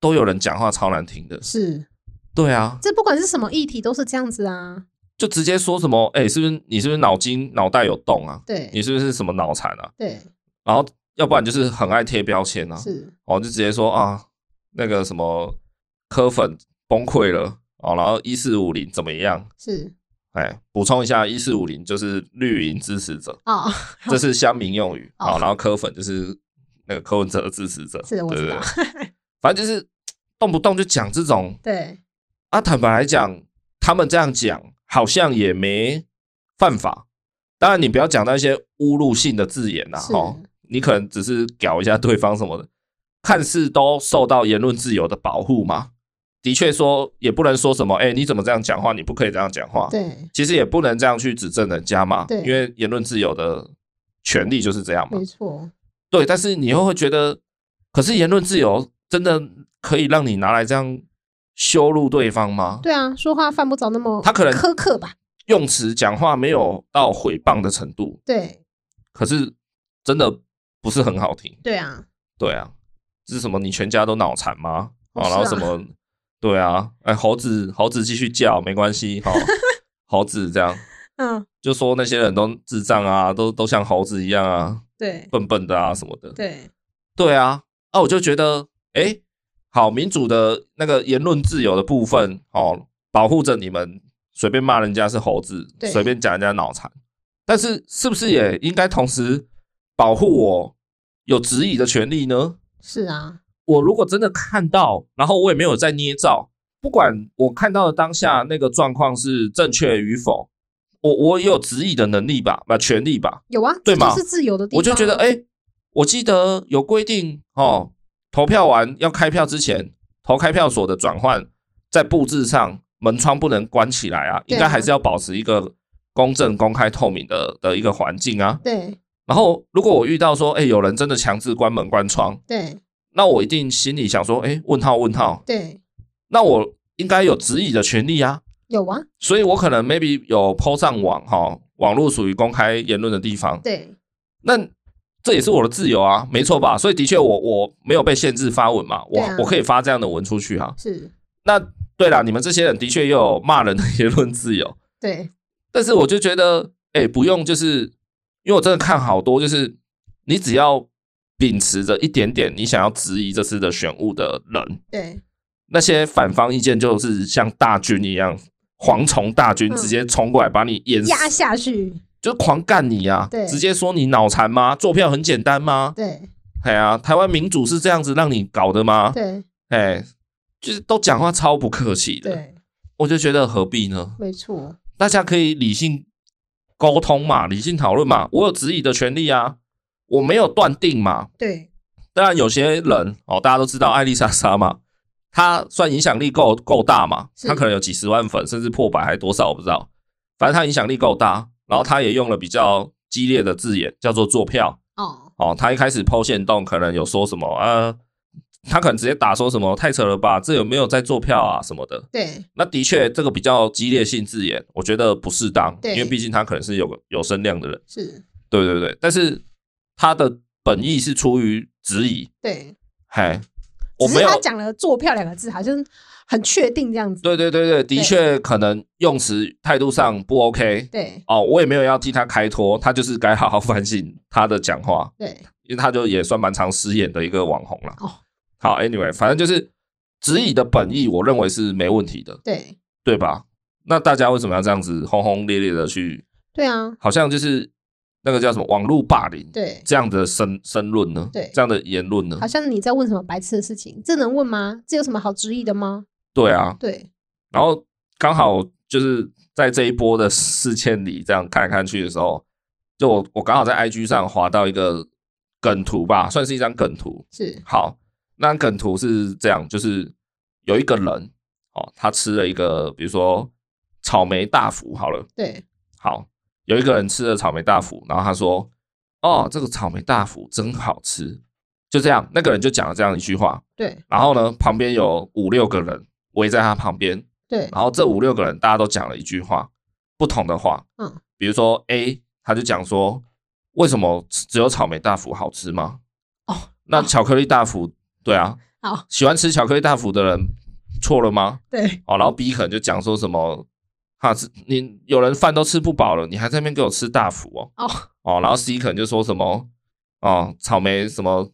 Speaker 2: 都有人讲话超难听的。
Speaker 3: 是，
Speaker 2: 对啊，
Speaker 3: 这不管是什么议题都是这样子啊。
Speaker 2: 就直接说什么，哎、是不是你是不是脑筋脑袋有洞啊？
Speaker 3: 对
Speaker 2: 你是不是什么脑残啊？
Speaker 3: 对
Speaker 2: 然后要不然就是很爱贴标签啊，
Speaker 3: 是，
Speaker 2: 哦，就直接说啊，那个什么科粉崩溃了哦，然后一四五零怎么样？
Speaker 3: 是
Speaker 2: 哎，补充一下，一四五零就是绿营支持者，
Speaker 3: 哦，
Speaker 2: *laughs* 这是乡民用语
Speaker 3: 哦
Speaker 2: 哦。然后科粉就是那个柯文哲的支持者，
Speaker 3: 是我
Speaker 2: 对
Speaker 3: 知
Speaker 2: 对
Speaker 3: 道 *laughs*
Speaker 2: 对，反正就是动不动就讲这种
Speaker 3: *laughs* 对，
Speaker 2: 啊，坦白来讲，他们这样讲好像也没犯法。当然，你不要讲那些侮辱性的字眼啦、啊，
Speaker 3: 是
Speaker 2: 哦，你可能只是搞一下对方什么的，看似都受到言论自由的保护嘛。的确说，也不能说什么，哎、你怎么这样讲话？你不可以这样讲话。
Speaker 3: 对，
Speaker 2: 其实也不能这样去指证人家嘛，
Speaker 3: 对
Speaker 2: 因为言论自由的权利就是这样嘛
Speaker 3: 没。错，
Speaker 2: 对，但是你又会觉得，可是言论自由真的可以让你拿来这样羞辱对方吗？
Speaker 3: 对啊，说话犯不着那么
Speaker 2: 他可能
Speaker 3: 苛刻吧？
Speaker 2: 用词讲话没有到毁谤的程度，
Speaker 3: 对，
Speaker 2: 可是真的不是很好听。
Speaker 3: 对啊，
Speaker 2: 对啊，这是什么？你全家都脑残吗？
Speaker 3: 哦
Speaker 2: 哦，然后
Speaker 3: 是
Speaker 2: 什
Speaker 3: 啊
Speaker 2: 么？对啊，哎，猴子，猴子继续叫，没关系
Speaker 3: *laughs*
Speaker 2: 哈、哦猴子这样
Speaker 3: 嗯，
Speaker 2: 就说那些人都智障啊，都都像猴子一样啊，
Speaker 3: 对，
Speaker 2: 笨笨的啊什么的。
Speaker 3: 对，
Speaker 2: 对啊，啊，我就觉得，哎，好，民主的那个言论自由的部分，哦，保护着你们随便骂人家是猴子，
Speaker 3: 对
Speaker 2: 随便讲人家脑残，但是是不是也应该同时保护我有质疑的权利呢？
Speaker 3: 是啊，
Speaker 2: 我如果真的看到，然后我也没有在捏造，不管我看到的当下那个状况是正确与否，我我也有质疑的能力吧，把权利吧，
Speaker 3: 有啊，
Speaker 2: 对
Speaker 3: 这就
Speaker 2: 嘛
Speaker 3: 是自由的地方。
Speaker 2: 我就觉得，哎、我记得有规定哦，投票完要开票之前，投开票所的转换在布置上，门窗不能关起来啊，
Speaker 3: 对啊
Speaker 2: 应该还是要保持一个公正、公开、透明的的一个环境啊。
Speaker 3: 对
Speaker 2: 然后，如果我遇到说，哎、有人真的强制关门、关窗，
Speaker 3: 对
Speaker 2: 那我一定心里想说，哎、问号问号，
Speaker 3: 对，
Speaker 2: 那我应该有质疑的权利啊。
Speaker 3: 有啊，
Speaker 2: 所以我可能 maybe 有 PO 上网哈、哦，网络属于公开言论的地方，
Speaker 3: 对
Speaker 2: 那这也是我的自由啊，没错吧？所以的确我，我没有被限制发文嘛，我、
Speaker 3: 对啊
Speaker 2: 我可以发这样的文出去啊。
Speaker 3: 是，
Speaker 2: 那对啦，你们这些人的确也有骂人的 *laughs* 言论自由，
Speaker 3: 对
Speaker 2: 但是我就觉得，哎、不用，就是因为我真的看好多，就是你只要秉持着一点点你想要质疑这次的选务的人，
Speaker 3: 对
Speaker 2: 那些反方意见就是像大军一样，蝗虫大军
Speaker 3: 嗯
Speaker 2: 直接冲过来把你淹死，
Speaker 3: 压下去，
Speaker 2: 就狂干你啊
Speaker 3: 对！
Speaker 2: 直接说你脑残吗？做票很简单吗？
Speaker 3: 对
Speaker 2: 哎呀，台湾民主是这样子让你搞的吗？
Speaker 3: 对
Speaker 2: 哎，就是都讲话超不客气的，
Speaker 3: 对，
Speaker 2: 我就觉得何必呢？
Speaker 3: 没错，
Speaker 2: 大家可以理性沟通嘛，理性讨论嘛。我有质疑的权利啊，我没有断定嘛。
Speaker 3: 对
Speaker 2: 当然，有些人哦，大家都知
Speaker 3: 嗯
Speaker 2: 道艾丽莎莎嘛，她算影响力够够大嘛，
Speaker 3: 是
Speaker 2: 她可能有几十万粉，甚至破百还多少我不知道，反正她影响力够大。然后她也用了比较激烈的字眼，叫做做票。
Speaker 3: 哦，
Speaker 2: 哦，他一开始抛线动，可能有说什么呃，他可能直接打说什么太扯了吧，这有没有在做票啊什么的。
Speaker 3: 对
Speaker 2: 那的确，这个比较激烈性字眼，我觉得不适当，
Speaker 3: 对
Speaker 2: 因为毕竟他可能是有个有声量的人，
Speaker 3: 是，
Speaker 2: 对对对。但是他的本意是出于质疑，
Speaker 3: 对，
Speaker 2: 嗨，我
Speaker 3: 嗯只
Speaker 2: 没
Speaker 3: 是
Speaker 2: 有
Speaker 3: 他，讲了“做票”两个字，好像很确定这样子。
Speaker 2: 对对对对，的确可能用词态度上不 OK
Speaker 3: 对
Speaker 2: 哦，我也没有要替他开脱，他就是该好好反省他的讲话，
Speaker 3: 对
Speaker 2: 因为他就也算蛮常失言的一个网红了。
Speaker 3: 哦，
Speaker 2: 好，anyway，反正就是质疑的本意，我认为是没问题的，
Speaker 3: 对
Speaker 2: 对吧？那大家为什么要这样子轰轰烈烈的去，
Speaker 3: 对啊，
Speaker 2: 好像就是那个叫什么网络霸凌
Speaker 3: 对，
Speaker 2: 这样的申申论呢？
Speaker 3: 对
Speaker 2: 这样的言论呢
Speaker 3: 好？像你在问什么白痴的事情，这能问吗？这有什么好质疑的吗？
Speaker 2: 对啊，
Speaker 3: 对
Speaker 2: 然后刚好就是在这一波的事件里，这样看来看去的时候，就我我刚好在 IG 上滑到一个梗图吧，算是一张梗图，
Speaker 3: 是，
Speaker 2: 好，那梗图是这样，就是有一个人哦，他吃了一个，比如说草莓大福，好了，
Speaker 3: 对
Speaker 2: 好，有一个人吃了草莓大福，然后他说：“哦，这个草莓大福真好吃。”就这样，那个人就讲了这样一句话，
Speaker 3: 对
Speaker 2: 然后呢，旁边有五六个人围在他旁边，
Speaker 3: 对
Speaker 2: 然后这五六个人大家都讲了一句话，不同的话，
Speaker 3: 嗯，
Speaker 2: 比如说 A，他就讲说，为什么只有草莓大福好吃吗？
Speaker 3: 哦，
Speaker 2: 那巧克力大福，对啊，
Speaker 3: 好，
Speaker 2: 喜欢吃巧克力大福的人错了吗？
Speaker 3: 对
Speaker 2: 哦，然后 B 可能就讲说什么，哈，是你有人饭都吃不饱了，你还在那边给我吃大福哦，
Speaker 3: 哦
Speaker 2: 哦，然后 C 可能就说什么，哦，草莓什么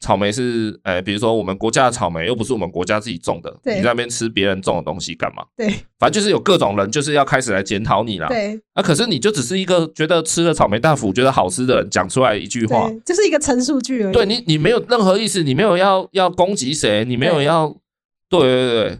Speaker 2: 草莓是，哎、比如说我们国家的草莓又不是我们国家自己种的，
Speaker 3: 对
Speaker 2: 你在那边吃别人种的东西干嘛？
Speaker 3: 对
Speaker 2: 反正就是有各种人就是要开始来检讨你啦。
Speaker 3: 对
Speaker 2: 啊，可是你就只是一个觉得吃了草莓大福觉得好吃的人讲出来一句话，
Speaker 3: 对，就是一个陈述句而已。
Speaker 2: 对你，你没有任何意思，你没有要要攻击谁，你没有
Speaker 3: 对
Speaker 2: 要，对对对对，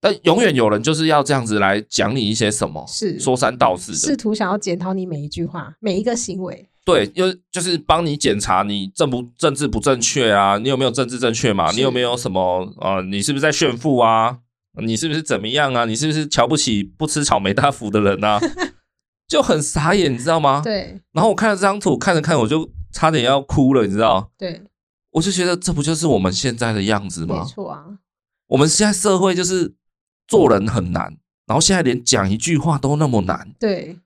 Speaker 2: 但永远有人就是要这样子来讲你一些什么，
Speaker 3: 是
Speaker 2: 说三道四
Speaker 3: 试
Speaker 2: 的，
Speaker 3: 图想要检讨你每一句话、每一个行为。
Speaker 2: 对，又就是帮你检查你正不政治不正确啊，你有没有政治正确嘛？
Speaker 3: 是
Speaker 2: 你有没有什么啊、呃你是不是在炫富啊？你是不是怎么样啊？你是不是瞧不起不吃草莓大福的人啊？ *laughs* 就很傻眼，你知道吗？
Speaker 3: 对
Speaker 2: 然后我看了这张图，看着看着我就差点要哭了，你知道？
Speaker 3: 对，
Speaker 2: 我就觉得这不就是我们现在的样子
Speaker 3: 没
Speaker 2: 吗？
Speaker 3: 错啊，
Speaker 2: 我们现在社会就是做人很难，然后现在连讲一句话都那么难。
Speaker 3: 对。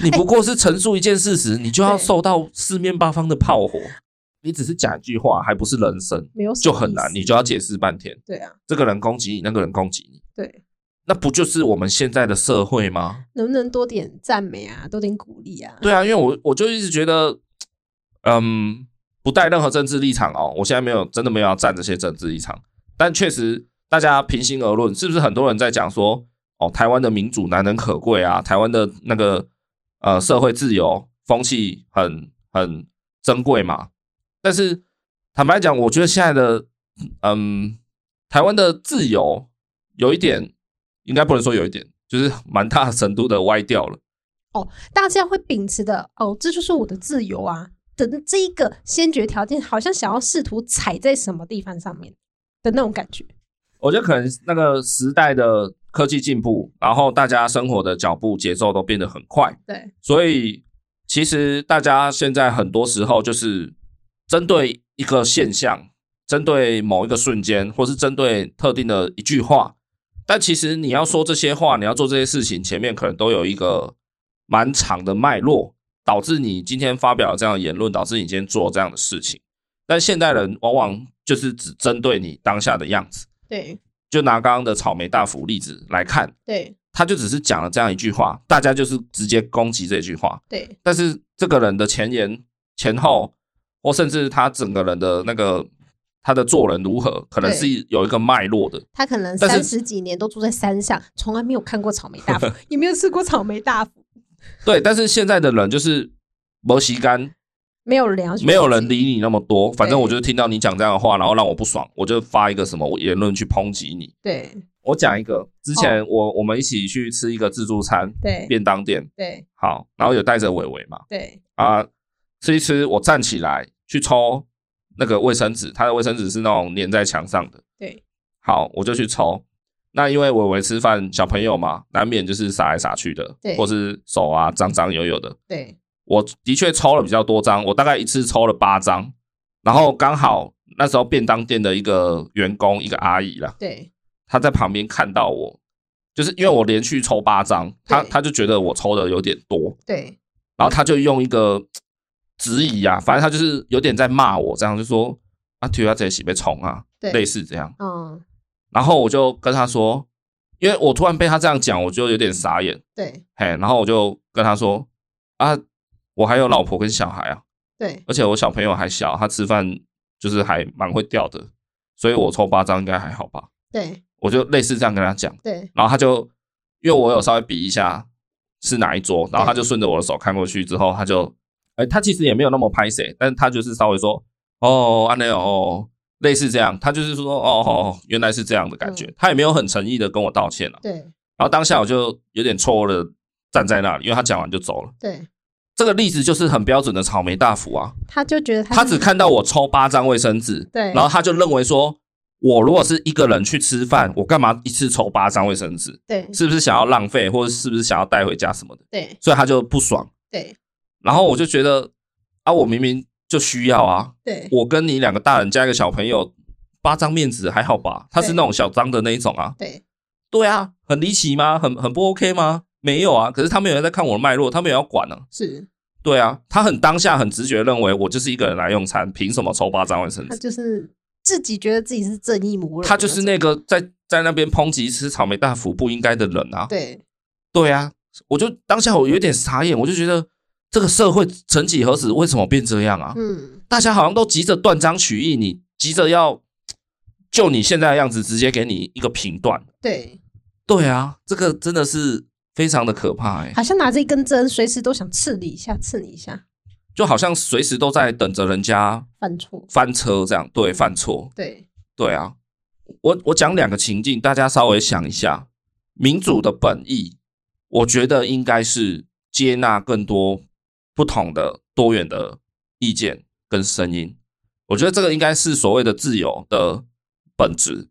Speaker 2: 你不过是陈述一件事实，你就要
Speaker 3: 对
Speaker 2: 受到四面八方的炮火。你只是讲一句话，还不是人生，
Speaker 3: 没有什
Speaker 2: 就
Speaker 3: 么
Speaker 2: 很难
Speaker 3: 意，思
Speaker 2: 你就要解释半天。
Speaker 3: 对啊，
Speaker 2: 这个人攻击你，那个人攻击你，
Speaker 3: 对，
Speaker 2: 那不就是我们现在的社会吗？
Speaker 3: 能不能多点赞美啊，多点鼓励啊？
Speaker 2: 对啊，因为我我就一直觉得，嗯，不带任何政治立场哦，我现在没有真的没有要站这些政治立场，但确实大家平心而论，是不是很多人在讲说，哦，台湾的民主难能可贵啊，台湾的那个呃社会自由风气很很珍贵嘛？但是坦白讲，我觉得现在的嗯，台湾的自由有一点，应该不能说有一点，就是蛮大程度的歪掉了。
Speaker 3: 大家会秉持的哦，这就是我的自由啊的这一个先决条件，好像想要试图踩在什么地方上面的那种感觉。
Speaker 2: 我觉得可能那个时代的科技进步，然后大家生活的脚步节奏都变得很快，
Speaker 3: 对
Speaker 2: 所以其实大家现在很多时候就是针对一个现象，针对某一个瞬间，或是针对特定的一句话，但其实你要说这些话，你要做这些事情，前面可能都有一个蛮长的脉络，导致你今天发表这样的言论，导致你今天做这样的事情。但现代人往往就是只针对你当下的样子。
Speaker 3: 对
Speaker 2: 就拿刚刚的草莓大福例子来看，
Speaker 3: 对
Speaker 2: 他就只是讲了这样一句话，大家就是直接攻击这句话。
Speaker 3: 对
Speaker 2: 但是这个人的前言、前后，或甚至他整个人的那个他的做人如何，可能
Speaker 3: 对
Speaker 2: 是有一个脉络的。
Speaker 3: 他可能
Speaker 2: 但
Speaker 3: 三
Speaker 2: 是
Speaker 3: 十几年都住在山上，从来没有看过草莓
Speaker 2: *laughs*
Speaker 3: 大福，也没有吃过草莓大福，
Speaker 2: 对，但是现在的人就是摩西干，
Speaker 3: 没有人要去
Speaker 2: 没有
Speaker 3: 攻
Speaker 2: 人
Speaker 3: 击
Speaker 2: 理你那么多。反正
Speaker 3: 对
Speaker 2: 我就是听到你讲这样的话，然后让我不爽，我就发一个什么言论去抨击你。
Speaker 3: 对
Speaker 2: 我讲一个，之
Speaker 3: 哦
Speaker 2: 前我我们一起去吃一个自助餐
Speaker 3: 对
Speaker 2: 便当店，
Speaker 3: 对
Speaker 2: 好，然后有带着伟伟嘛，
Speaker 3: 对
Speaker 2: 啊，吃一吃，我站起来去抽那个卫生纸，他的卫生纸是那种粘在墙上的。
Speaker 3: 对，
Speaker 2: 好，我就去抽。那因为伟伟吃饭，小朋友嘛，难免就是撒来撒去的，
Speaker 3: 对
Speaker 2: 或是手啊脏脏油油的。
Speaker 3: 对
Speaker 2: 我的确抽了比较多张，我大概一次抽了八张，然后刚好那时候便当店的一个员工，一个阿姨啦，
Speaker 3: 对
Speaker 2: 她在旁边看到我，就是因为我连续抽八张，她
Speaker 3: 对
Speaker 2: 她就觉得我抽的有点多，
Speaker 3: 对
Speaker 2: 然后他就用一个质疑啊，反正他就是有点在骂我，这样就说啊，体育这一起被冲啊，
Speaker 3: 对
Speaker 2: 类似这样。
Speaker 3: 嗯
Speaker 2: 然后我就跟他说，因为我突然被他这样讲，我就有点傻眼，
Speaker 3: 对
Speaker 2: 嘿，然后我就跟他说啊，我还有老婆跟小孩啊，
Speaker 3: 对
Speaker 2: 而且我小朋友还小，他吃饭就是还蛮会掉的，所以我抽八张应该还好吧。
Speaker 3: 对
Speaker 2: 我就类似这样跟他讲，
Speaker 3: 对
Speaker 2: 然后他就因为我
Speaker 3: 嗯
Speaker 2: 有稍微比一下是哪一桌，然后他就顺着我的手看过去之后，他就，哎、他其实也没有那么拍谁，但是他就是稍微说，哦，安内哦，类似这样，他就是说，哦哦，原来是这样的感觉，
Speaker 3: 嗯
Speaker 2: 他也没有很诚意的跟我道歉了、啊
Speaker 3: 对
Speaker 2: 然后当下我就有点错愕的站在那里，因为他讲完就走了。
Speaker 3: 对，
Speaker 2: 这个例子就是很标准的草莓大福
Speaker 3: *laughs*
Speaker 2: 啊，
Speaker 3: 他就觉得他
Speaker 2: 他只
Speaker 3: 是
Speaker 2: 看到我抽八张卫生纸，
Speaker 3: 对
Speaker 2: 然后他就认为说，我如果是一个人去吃饭，我干嘛一次抽八张卫生纸？
Speaker 3: 对
Speaker 2: 是不是想要浪费，或者是不是想要带回家什么的，
Speaker 3: 对
Speaker 2: 所以他就不爽。
Speaker 3: 对
Speaker 2: 然后我就觉得啊，我明明就需要啊，
Speaker 3: 对
Speaker 2: 我跟你两个大人加一个小朋友，八张面子还好吧？他是那种小张的那一种啊，
Speaker 3: 对
Speaker 2: 对啊，很离奇吗？很很不 OK 吗？没有啊，可是他们有在看我的脉络，他们也要管啊。
Speaker 3: 是，
Speaker 2: 对啊，他很当下很直觉认为我就是一个人来用餐，凭什么抽八张卫生
Speaker 3: 他
Speaker 2: 纸？
Speaker 3: 就是自己觉得自己是正义魔人，啊
Speaker 2: 他就是那个在在那边抨击吃草莓大福不应该的人啊。
Speaker 3: 对
Speaker 2: 对啊，我就当下我有点傻眼，我就觉得这个社会曾几何时为什么变这样啊？
Speaker 3: 嗯
Speaker 2: 大家好像都急着断章取义，你急着要就你现在的样子直接给你一个评断。
Speaker 3: 对，
Speaker 2: 对啊，这个真的是非常的可怕哎、
Speaker 3: 好像拿着一根针，随时都想刺你一下，刺你一下，
Speaker 2: 就好像随时都在等着人家
Speaker 3: 犯错。
Speaker 2: 翻车这样，对，犯错，
Speaker 3: 对，
Speaker 2: 对啊。我我讲两个情境，大家稍微想一下，民主的本意，我觉得应该是接纳更多不同的多元的意见跟声音。我觉得这个应该是所谓的自由的本质，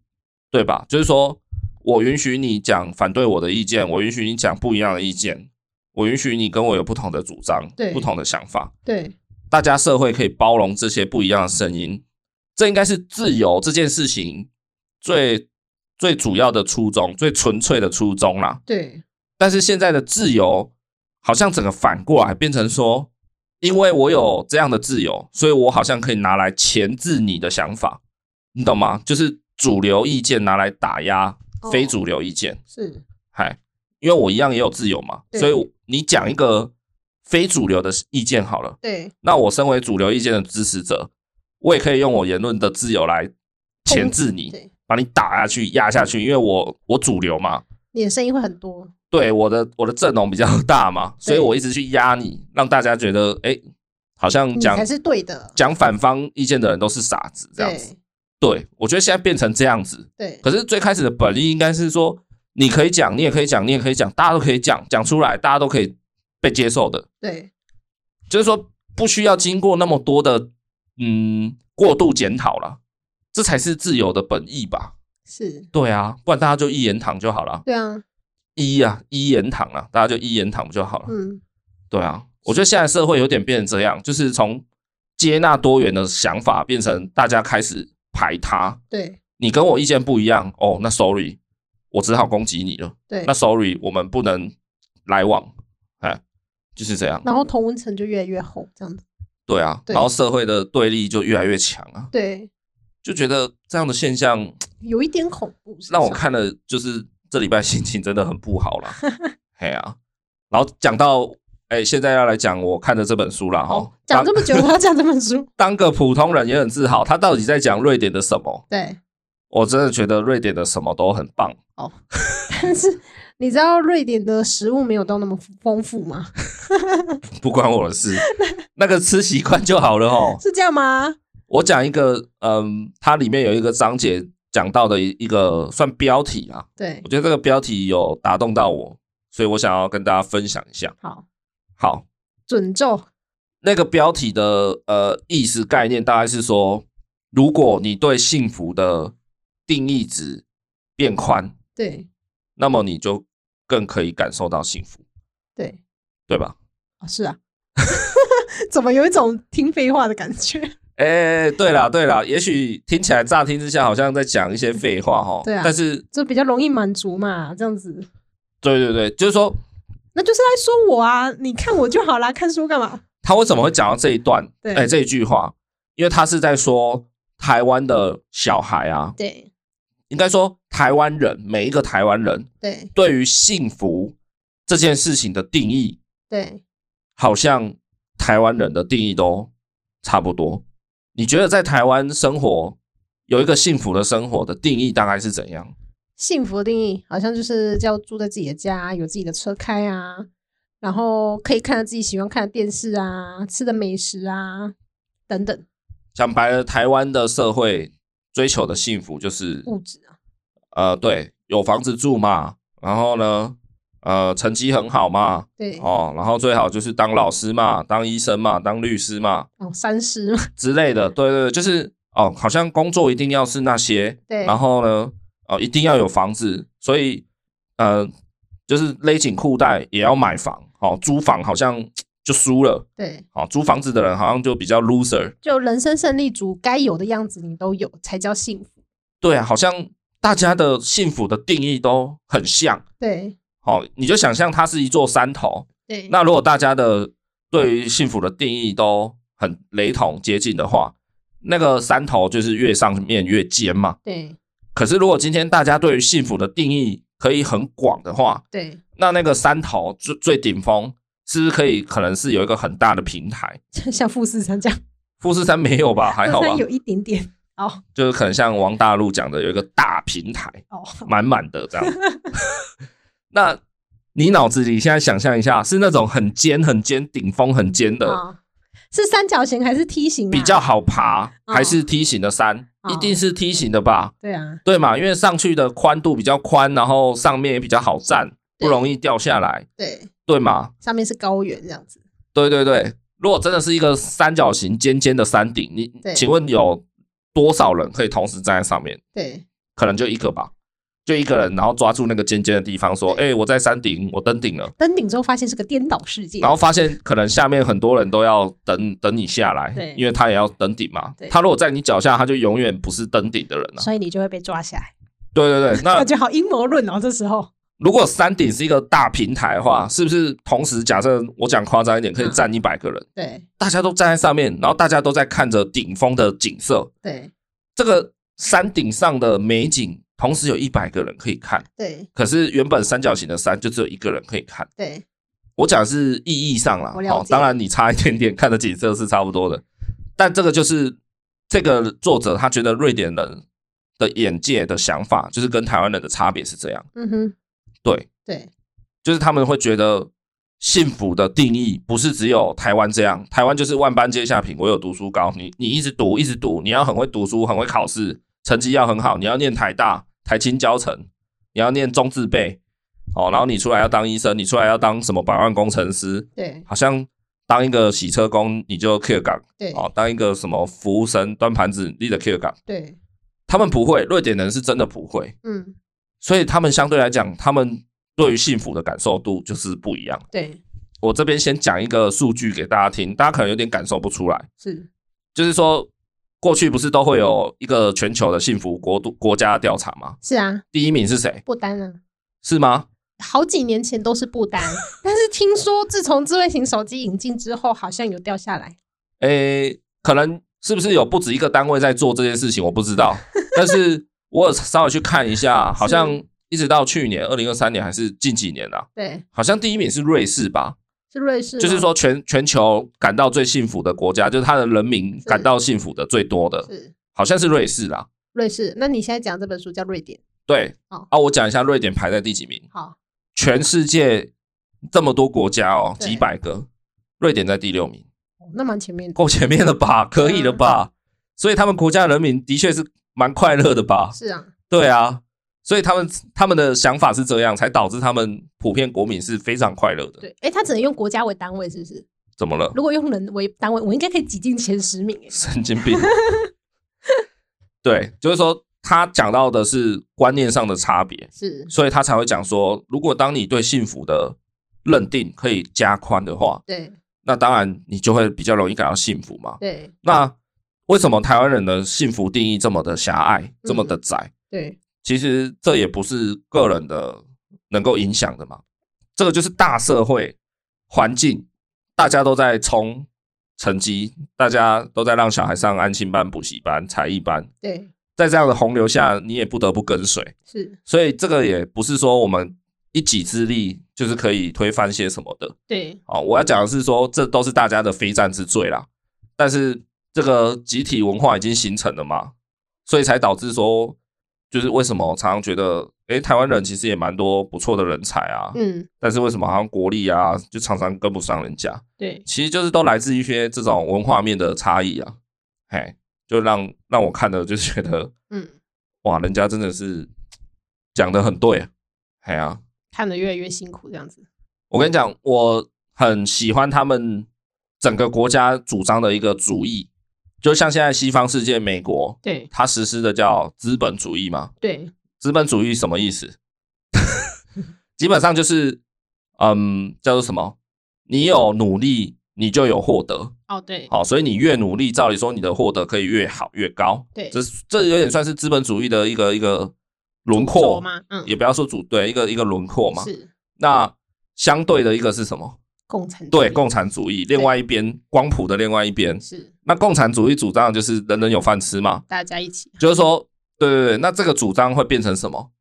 Speaker 2: 对吧？就是说我允许你讲反对我的意见，我允许你讲不一样的意见，我允许你跟我有不同的主张
Speaker 3: 对、
Speaker 2: 不同的想法。
Speaker 3: 对，
Speaker 2: 大家社会可以包容这些不一样的声音，这应该是自由这件事情最最主要的初衷，最纯粹的初衷啦。
Speaker 3: 对，
Speaker 2: 但是现在的自由好像整个反过来变成说，因为我有这样的自由，所以我好像可以拿来钳制你的想法，你懂吗？就是主流意见拿来打压
Speaker 3: 哦
Speaker 2: 非主流意见。
Speaker 3: 是，
Speaker 2: 嗨，因为我一样也有自由嘛，
Speaker 3: 对
Speaker 2: 所以你讲一个非主流的意见好了。
Speaker 3: 对，
Speaker 2: 那我身为主流意见的支持者，我也可以用我言论的自由来钳制你，
Speaker 3: 对，
Speaker 2: 把你打下去、压下去，因为我我主流嘛，
Speaker 3: 你的声音会很多。
Speaker 2: 对我的我的阵容比较 *laughs* 大嘛，所以
Speaker 3: 对
Speaker 2: 我一直去压你，让大家觉得哎、诶好像
Speaker 3: 你
Speaker 2: 讲
Speaker 3: 才是对的。
Speaker 2: 讲反方意见的人都是傻子这样子。
Speaker 3: 对
Speaker 2: 对我觉得现在变成这样子，
Speaker 3: 对
Speaker 2: 可是最开始的本意应该是说，你可以讲，你也可以讲，你也可以讲，大家都可以讲，讲出来，大家都可以被接受的。
Speaker 3: 对
Speaker 2: 就是说不需要经过那么多的嗯过度检讨了，这才是自由的本意吧？
Speaker 3: 是，
Speaker 2: 对啊，不然大家就一言堂就好了，
Speaker 3: 对啊，
Speaker 2: 一啊一言堂啊，大家就一言堂不就好了？
Speaker 3: 嗯，
Speaker 2: 对啊，我觉得现在社会有点变成这样，就是从接纳多元的想法变成大家开始排他，
Speaker 3: 对
Speaker 2: 你跟我意见不一样哦，那 sorry，我只好攻击你了，
Speaker 3: 对
Speaker 2: 那。sorry，我们不能来往，哎，就是这样。
Speaker 3: 然后同温层就越来越厚，这样子。
Speaker 2: 对啊，
Speaker 3: 对
Speaker 2: 然后社会的对立就越来越强啊，
Speaker 3: 对，
Speaker 2: 就觉得这样的现象
Speaker 3: 有一点恐怖。是不
Speaker 2: 让我
Speaker 3: 嗯是，
Speaker 2: 看了，就是这礼拜心情真的很不好啦。嘿啊，然后讲到哎、现在要来讲我看的这本书啦。哈
Speaker 3: 哦，，讲这
Speaker 2: 当
Speaker 3: 么久，我要讲这本书。
Speaker 2: 当个普通人也很自豪，他到底在讲瑞典的什么？
Speaker 3: 对，
Speaker 2: 我真的觉得瑞典的什么都很棒，
Speaker 3: 但是你知道瑞典的食物没有到那么丰富吗？
Speaker 2: 不关我的
Speaker 3: *laughs*
Speaker 2: 事，那个吃习惯就好了哦。
Speaker 3: 是这样吗？
Speaker 2: 我讲一个，嗯，它里面有一个章节讲到的一一个算标题啊，
Speaker 3: 对
Speaker 2: 我，觉得这个标题有打动到我，所以我想要跟大家分享一下。
Speaker 3: 好，
Speaker 2: 好，
Speaker 3: 准咒。
Speaker 2: 那个标题的呃意思概念大概是说，如果你对幸福的定义值变宽，
Speaker 3: 对
Speaker 2: 那么你就更可以感受到幸福，
Speaker 3: 对，
Speaker 2: 对吧？
Speaker 3: 哦，是啊。 *laughs* 怎么有一种听废话的感觉？
Speaker 2: 哎，对啦对啦，也许听起来乍听之下好像在讲一些废话哈，
Speaker 3: 对啊
Speaker 2: 但是
Speaker 3: *laughs* 就比较容易满足嘛，这样子。
Speaker 2: 对对对，就是说
Speaker 3: 那就是来说我啊，你看我就好啦，看书干嘛？
Speaker 2: 他为什么会讲到这一段，
Speaker 3: 对
Speaker 2: 哎，这一句话，因为他是在说台湾的小孩啊，
Speaker 3: 对
Speaker 2: 应该说台湾人每一个台湾人
Speaker 3: 对
Speaker 2: 对于幸福这件事情的定义，
Speaker 3: 对，
Speaker 2: 好像台湾人的定义都差不多。你觉得在台湾生活有一个幸福的生活的定义大概是怎样？
Speaker 3: 幸福的定义好像就是要住在自己的家，有自己的车开啊，然后可以看到自己喜欢看的电视啊，吃的美食啊，等等
Speaker 2: 讲白了，台湾的社会追求的幸福就是，
Speaker 3: 物质啊。
Speaker 2: 呃，对，有房子住嘛，然后呢，呃，成绩很好嘛，
Speaker 3: 对，哦，
Speaker 2: 哦，然后最好就是当老师嘛，当医生嘛，当律师嘛，
Speaker 3: 哦三十嘛，
Speaker 2: 之类的，对对对，就是哦，好像工作一定要是那些，
Speaker 3: 对
Speaker 2: 然后呢，哦，一定要有房子，所以呃，就是勒紧裤带也要买房，哦，租房好像嘖就输了，
Speaker 3: 对，
Speaker 2: 哦，租房子的人好像就比较 loser，
Speaker 3: 就人生胜利组该有的样子你都有，才叫幸福。
Speaker 2: 对啊，好像大家的幸福的定义都很像，
Speaker 3: 对
Speaker 2: 哦，你就想象它是一座山头，
Speaker 3: 对，
Speaker 2: 那如果大家的对于幸福的定义都很雷同接近的话，那个山头就是越上面越尖嘛。
Speaker 3: 对
Speaker 2: 可是如果今天大家对于幸福的定义可以很广的话，
Speaker 3: 对， *laughs*
Speaker 2: 那那个山头最最顶峰是不是可以可能是有一个很大的平台？
Speaker 3: 像富士山这样，
Speaker 2: *laughs* 富士山没有吧？还好吧
Speaker 3: *laughs* 但？有一点点。哦
Speaker 2: 就是可能像王大陆讲的，有一个大平台，
Speaker 3: 哦，
Speaker 2: 满满的这样。 *laughs* 那你脑子里现在想象一下，是那种很尖、很尖、顶峰很尖的，
Speaker 3: 啊是三角形还是梯形、啊？
Speaker 2: 比较好爬，
Speaker 3: 哦
Speaker 2: 还是梯形的山？
Speaker 3: 哦
Speaker 2: 一定是梯形的吧？
Speaker 3: 对啊，
Speaker 2: 对嘛？因为上去的宽度比较宽，然后上面也比较好站，
Speaker 3: 对
Speaker 2: 不容易掉下来，
Speaker 3: 对，
Speaker 2: 对吗？
Speaker 3: 上面是高原这样子，
Speaker 2: 对对对。如果真的是一个三角形尖尖的山顶，你
Speaker 3: 对
Speaker 2: 请问有多少人可以同时站在上面？
Speaker 3: 对
Speaker 2: 可能就一个吧，就一个人，然后抓住那个尖尖的地方，说：“哎、我在山顶，我登顶了。”
Speaker 3: 登顶之后发现是个颠倒世界，
Speaker 2: 然后发现可能下面很多人都要等等你下来，
Speaker 3: 对
Speaker 2: 因为他也要登顶嘛
Speaker 3: 对。
Speaker 2: 他如果在你脚下，他就永远不是登顶的人了、
Speaker 3: 所以你就会被抓下来。
Speaker 2: 对对
Speaker 3: *laughs*
Speaker 2: 对，那
Speaker 3: 感觉好阴谋论哦，这时候
Speaker 2: 如果山顶是一个大平台的话，是不是同时假设我讲夸张一点，可以站一百个人，
Speaker 3: 对
Speaker 2: 大家都站在上面，然后大家都在看着顶峰的景色，
Speaker 3: 对
Speaker 2: 这个山顶上的美景，同时有一百个人可以看，
Speaker 3: 对
Speaker 2: 可是原本三角形的山就只有一个人可以看。
Speaker 3: 对，
Speaker 2: 我讲的是意义上啦，
Speaker 3: 我了
Speaker 2: 哦
Speaker 3: 解，
Speaker 2: 当然你差一点点看的景色是差不多的，但这个就是这个作者他觉得瑞典人的眼界的想法，就是跟台湾人的差别是这样，
Speaker 3: 嗯哼，
Speaker 2: 对，
Speaker 3: 对
Speaker 2: 就是他们会觉得幸福的定义不是只有台湾这样，台湾就是万般皆下品，唯有读书高，你你一直读一直读，你要很会读书，很会考试，成绩要很好，你要念台大、台青教程，你要念中字辈，哦，然后你出来要当医生，你出来要当什么百万工程师。
Speaker 3: 对
Speaker 2: 好像当一个洗车工你就 Q 岗
Speaker 3: 对
Speaker 2: 哦，当一个什么服务生端盘子你的 Q 岗，
Speaker 3: 对，
Speaker 2: 他们不会，瑞典人是真的不会，
Speaker 3: 嗯
Speaker 2: 所以他们相对来讲，他们对于幸福的感受度就是不一样。
Speaker 3: 对
Speaker 2: 我这边先讲一个数据给大家听，大家可能有点感受不出来，
Speaker 3: 是，
Speaker 2: 就是说过去不是都会有一个全球的幸福国度国家的调查吗？
Speaker 3: 是啊，
Speaker 2: 第一名是谁？
Speaker 3: 不丹啊，
Speaker 2: 是吗？
Speaker 3: 好几年前都是不 *laughs* 丹，但是听说自从智慧型手机引进之后，好像有掉下来。
Speaker 2: 诶，可能是不是有不止一个单位在做这件事情，我不知道。但是我有稍微去看一下，好像一直到去年二零二三年还是近几年啊，
Speaker 3: 对，
Speaker 2: 好像第一名是瑞士吧？
Speaker 3: 是瑞士吗，
Speaker 2: 就是啊说全全球感到最幸福的国家，就是它的人民感到幸福的最多的，
Speaker 3: 是
Speaker 2: 好像是瑞士啦。
Speaker 3: 瑞士。那你现在讲这本书叫《瑞典》，
Speaker 2: 对，
Speaker 3: 好
Speaker 2: 啊，我讲一下瑞典排在第几名，
Speaker 3: 好，
Speaker 2: 全世界这么多国家哦，
Speaker 3: 对
Speaker 2: 几百个，瑞典在第六名。
Speaker 3: 哦那蛮前面的。
Speaker 2: 够前面了吧？可以了
Speaker 3: 嗯
Speaker 2: 吧？所以他们国家人民的确是蛮快乐的吧？
Speaker 3: 是啊，
Speaker 2: 对啊，所以他们他们的想法是这样，才导致他们普遍国民是非常快乐的。
Speaker 3: 对，哎，他只能用国家为单位，是不是？
Speaker 2: 怎么了？ *laughs*
Speaker 3: 如果用人为单位，我应该可以挤进前十名。哎，
Speaker 2: 神经病。哦 *laughs* 对，就是说他讲到的是观念上的差别，
Speaker 3: 是，
Speaker 2: 所以他才会讲说，如果当你对幸福的认定可以加宽的话，
Speaker 3: 对
Speaker 2: 那当然你就会比较容易感到幸福嘛。
Speaker 3: 对
Speaker 2: 那为什么台湾人的幸福定义这么的狭隘，这么的窄？
Speaker 3: 对
Speaker 2: 其实这也不是个人的能够影响的嘛，这个就是大社会环境，大家都在冲成绩，大家都在让小孩上安亲班、补习班、才艺班，
Speaker 3: 对，
Speaker 2: 在这样的洪流下，你也不得不跟随，
Speaker 3: 是，
Speaker 2: 所以这个也不是说我们一己之力就是可以推翻些什么的。
Speaker 3: 对
Speaker 2: 哦，我要讲的是说，这都是大家的非战之罪啦。但是这个集体文化已经形成了嘛，所以才导致说，就是为什么常常觉得，诶，台湾人其实也蛮多不错的人才啊，
Speaker 3: 嗯
Speaker 2: 但是为什么好像国力啊，就常常跟不上人家？
Speaker 3: 对
Speaker 2: 其实就是都来自一些这种文化面的差异啊，嘿，就让让我看的就觉得，
Speaker 3: 嗯，
Speaker 2: 哇，人家真的是讲的很对，嘿啊，
Speaker 3: 看得越来越辛苦这样子。
Speaker 2: 我跟你讲，我很喜欢他们整个国家主张的一个主义，就像现在西方世界美国，
Speaker 3: 对
Speaker 2: 它实施的叫资本主义嘛。
Speaker 3: 对
Speaker 2: 资本主义什么意思？ *laughs* 基本上就是，嗯，叫做什么？你有努力，你就有获得。
Speaker 3: 哦对
Speaker 2: 好，所以你越努力，照理说你的获得可以越好越高。
Speaker 3: 对
Speaker 2: 这这有点算是资本主义的一个一个轮
Speaker 3: 做
Speaker 2: 廓，
Speaker 3: 吗？嗯，
Speaker 2: 也不要说主对一个一个轮廓嘛。
Speaker 3: 是
Speaker 2: 那相对的一个是什么？
Speaker 3: 共产主义
Speaker 2: 对共产主义，另外一边光谱的另外一边，
Speaker 3: 是
Speaker 2: 那共产主义主张的就是人人有饭吃嘛，
Speaker 3: 大家一起
Speaker 2: 就是说，对对对，那这个主张会变成什么？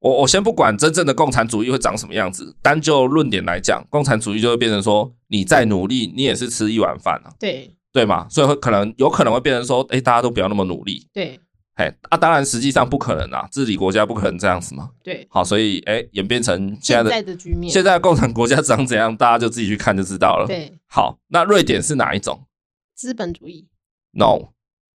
Speaker 2: 我我先不管真正的共产主义会长什么样子，单就论点来讲，共产主义就会变成说，你再努力，你也是吃一碗饭啊，
Speaker 3: 对
Speaker 2: 对吗？所以会可能有可能会变成说，哎，大家都不要那么努力，
Speaker 3: 对
Speaker 2: 嘿，啊，当然实际上不可能啊，治理国家不可能这样子嘛。
Speaker 4: 对，
Speaker 2: 好，所以哎，演变成
Speaker 4: 现
Speaker 2: 现在的
Speaker 4: 在的局面，
Speaker 2: 现在的共产国家长怎样，大家就自己去看就知道了。
Speaker 4: 对
Speaker 2: 好，那瑞典是哪一种
Speaker 4: 资本主义，
Speaker 2: ？No，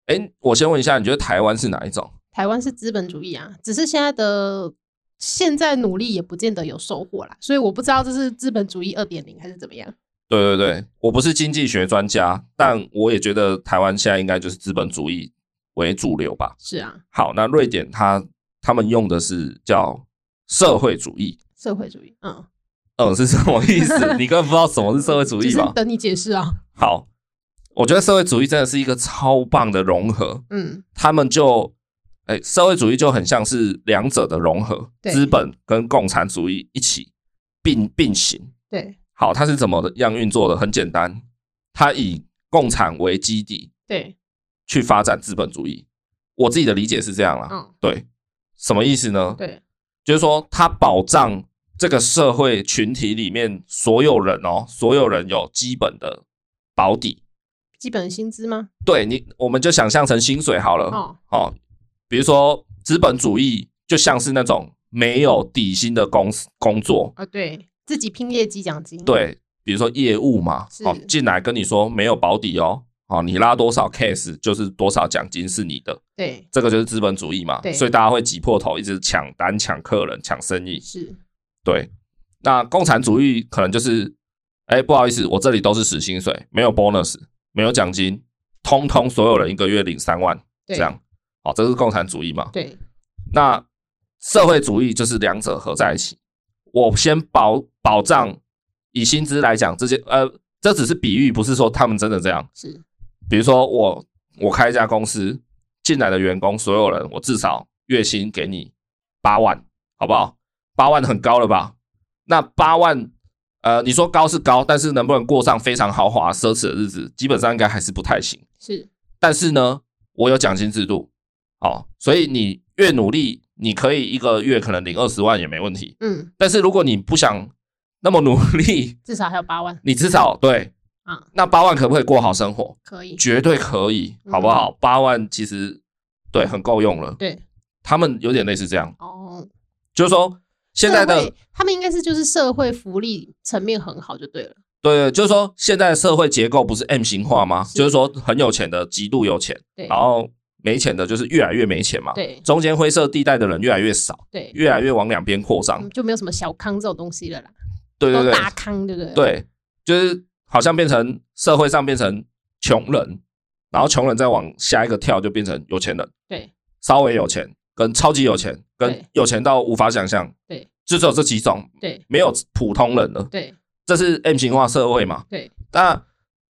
Speaker 2: 哎，我先问一下，你觉得台湾是哪一种？
Speaker 4: 台湾是资本主义啊，只是现在的现在努力也不见得有收获啦，所以我不知道这是资本主义二点零还是怎么样。
Speaker 2: 对对对，我不是经济学专家，但我也觉得台湾现在应该就是资本主义为主流吧。
Speaker 4: 是啊，
Speaker 2: 好，那瑞典它他们用的是叫社会主义，
Speaker 4: 社会主义，嗯，
Speaker 2: 嗯，是什么意
Speaker 4: *laughs*
Speaker 2: 思？你根本不知道什么是社会主
Speaker 4: 就
Speaker 2: 义
Speaker 4: 是
Speaker 2: 吧？
Speaker 4: 等你解释啊，
Speaker 2: 好，我觉得社会主义真的是一个超棒的融合，
Speaker 4: 嗯，
Speaker 2: 他们就，哎、社会主义就很像是两者的融合，
Speaker 4: 对
Speaker 2: 资本跟共产主义一起并并行。
Speaker 4: 对
Speaker 2: 好，它是怎么样运作的？很简单，它以共产为基底
Speaker 4: 对，
Speaker 2: 去发展资本主义。我自己的理解是这样啦，
Speaker 4: 嗯
Speaker 2: 对，什么意思呢？
Speaker 4: 对
Speaker 2: 就是说它保障这个社会群体里面所有人哦，所有人有基本的保底。
Speaker 4: 基本薪资吗？
Speaker 2: 对你，我们就想象成薪水好了。
Speaker 4: 哦，
Speaker 2: 哦，比如说资本主义就像是那种没有底薪的公司工作，
Speaker 4: 啊，对自己拼业绩奖金，，
Speaker 2: 对，比如说业务嘛，
Speaker 4: 是
Speaker 2: 哦，进来跟你说没有保底哦，哦，你拉多少 case 就是多少奖金是你的，
Speaker 4: 对
Speaker 2: 这个就是资本主义嘛
Speaker 4: 对，
Speaker 2: 所以大家会挤破头一直抢单、抢客人、抢生意，
Speaker 4: 是，
Speaker 2: 对。那共产主义可能就是，哎，不好意思，我这里都是死薪水，没有 bonus，没有奖金，通通所有人一个月领三万，
Speaker 4: 对
Speaker 2: 这样，好、这是共产主义嘛？
Speaker 4: 对
Speaker 2: 那社会主义就是两者合在一起。我先保保障，以薪资来讲，这些呃，这只是比喻，不是说他们真的这样。
Speaker 4: 是，
Speaker 2: 比如说我我开一家公司，进来的员工所有人，我至少月薪给你八万，好不好？八万很高了吧？那八万，呃，你说高是高，但是能不能过上非常豪华奢侈的日子，基本上应该还是不太行。
Speaker 4: 是
Speaker 2: 但是呢，我有奖金制度，好、所以你越努力，你可以一个月可能领二十万也没问题。
Speaker 4: 嗯，
Speaker 2: 但是如果你不想那么努力， *laughs*
Speaker 4: 至少还有八万
Speaker 2: 你至少对
Speaker 4: 啊，
Speaker 2: 那八万可不可以过好生活？
Speaker 4: 可以，
Speaker 2: 绝对可以，
Speaker 4: 嗯
Speaker 2: 好不好？八、万其实对很够用了。
Speaker 4: 对，
Speaker 2: 他们有点类似这样，
Speaker 4: 哦，
Speaker 2: 就是说现在
Speaker 4: 社
Speaker 2: 的
Speaker 4: 会他们应该是就是社会福利层面很好就对了，
Speaker 2: 对对，就是说现在的社会结构不是 M 型化吗？
Speaker 4: 是
Speaker 2: 就是说很有钱的极度有钱，
Speaker 4: 对
Speaker 2: 然后没钱的就是越来越没钱嘛。
Speaker 4: 对
Speaker 2: 中间灰色地带的人越来越少。
Speaker 4: 对，
Speaker 2: 越来越往两边扩张
Speaker 4: 嗯。就没有什么小康这种东西了啦，
Speaker 2: 对对
Speaker 4: 都
Speaker 2: 对
Speaker 4: 大康，对不对？，
Speaker 2: 对，就是好像变成社会上变成穷人，然后穷人再往下一个跳就变成有钱人，
Speaker 4: 对
Speaker 2: 稍微有钱跟超级有钱跟
Speaker 4: 对
Speaker 2: 有钱到无法想象，
Speaker 4: 对，
Speaker 2: 就只有这几种，
Speaker 4: 对
Speaker 2: 没有普通人了。
Speaker 4: 对
Speaker 2: 这是 M 型化社会嘛？
Speaker 4: 嗯对，
Speaker 2: 那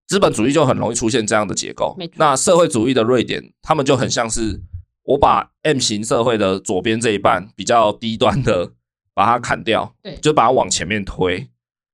Speaker 2: 资本主义就很容易出现这样的结构
Speaker 4: 没错。
Speaker 2: 那社会主义的瑞典，他们就很像是我把 M 型社会的左边这一半比较低端的，把它砍掉，
Speaker 4: 对
Speaker 2: 就把它往前面推，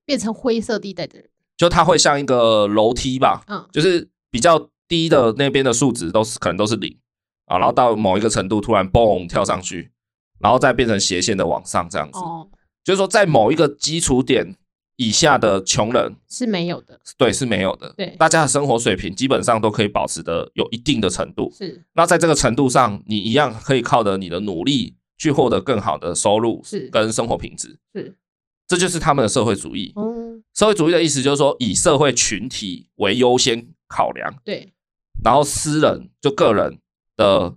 Speaker 4: 变成灰色地带的人，
Speaker 2: 就它会像一个楼梯吧，
Speaker 4: 嗯，
Speaker 2: 就是比较低的那边的数值都是可能都是零啊，然后到某一个程度突然嘣跳上去，然后再变成斜线的往上这样子。
Speaker 4: 哦，
Speaker 2: 就是说，在某一个基础点以下的穷人，
Speaker 4: 是没有的，
Speaker 2: 对，是没有的。
Speaker 4: 对
Speaker 2: 大家的生活水平基本上都可以保持的有一定的程度。
Speaker 4: 是
Speaker 2: 那在这个程度上，你一样可以靠着你的努力去获得更好的收入，
Speaker 4: 是
Speaker 2: 跟生活品质。
Speaker 4: 是，
Speaker 2: 这就是他们的社会主义。
Speaker 4: 嗯，
Speaker 2: 社会主义的意思就是说，以社会群体为优先考量，
Speaker 4: 对
Speaker 2: 然后私人就个人的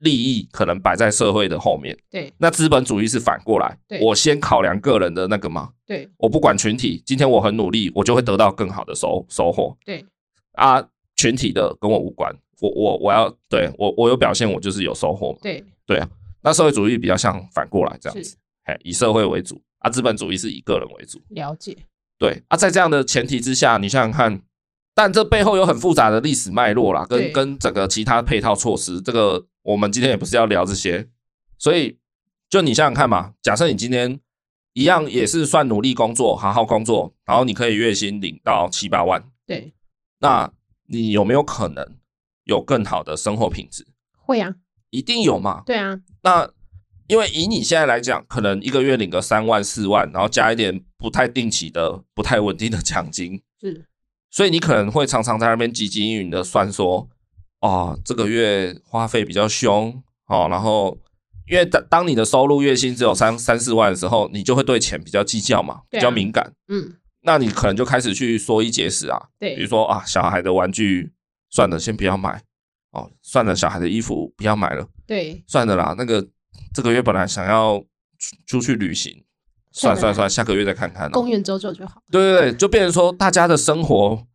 Speaker 2: 利益可能摆在社会的后面。
Speaker 4: 对
Speaker 2: 那资本主义是反过来
Speaker 4: 对，
Speaker 2: 我先考量个人的那个嘛，
Speaker 4: 对
Speaker 2: 我不管群体，今天我很努力，我就会得到更好的收收获。
Speaker 4: 对
Speaker 2: 啊，群体的跟我无关，我我我要对我我有表现，我就是有收获嘛。
Speaker 4: 对，
Speaker 2: 那社会主义比较像反过来这样
Speaker 4: 是
Speaker 2: 子，嘿，以社会为主，啊，资本主义是以个人为主，
Speaker 4: 了解，
Speaker 2: 对啊，在这样的前提之下，你想想看，但这背后有很复杂的历史脉络啦，
Speaker 4: 对
Speaker 2: 跟跟整个其他配套措施，这个我们今天也不是要聊这些，所以就你想想看嘛，假设你今天一样也是算努力工作，好好工作，然后你可以月薪领到七八万，
Speaker 4: 对，
Speaker 2: 那你有没有可能有更好的生活品质？
Speaker 4: 会啊，
Speaker 2: 一定有嘛。
Speaker 4: 对啊，
Speaker 2: 那因为以你现在来讲，可能一个月领个三万四万，然后加一点不太定期的、不太稳定的奖金，
Speaker 4: 是
Speaker 2: 所以你可能会常常在那边汲汲营营的算说，哦，这个月花费比较凶哦，然后因为当当你的收入月薪只有三三四万的时候，你就会对钱比较计较嘛，比
Speaker 4: 对啊
Speaker 2: 较敏感，
Speaker 4: 嗯，
Speaker 2: 那你可能就开始去缩衣节食啊，比如
Speaker 4: 对，
Speaker 2: 说啊，小孩的玩具算了，先不要买哦，算了，小孩的衣服不要买了，
Speaker 4: 对，
Speaker 2: 算了啦，那个这个月本来想要出出去旅行，算
Speaker 4: 算
Speaker 2: 算
Speaker 4: 了
Speaker 2: 算，下个月再看看、
Speaker 4: 啊公
Speaker 2: 哦。
Speaker 4: 园走走就好。
Speaker 2: 对对对，就变成说大家的生活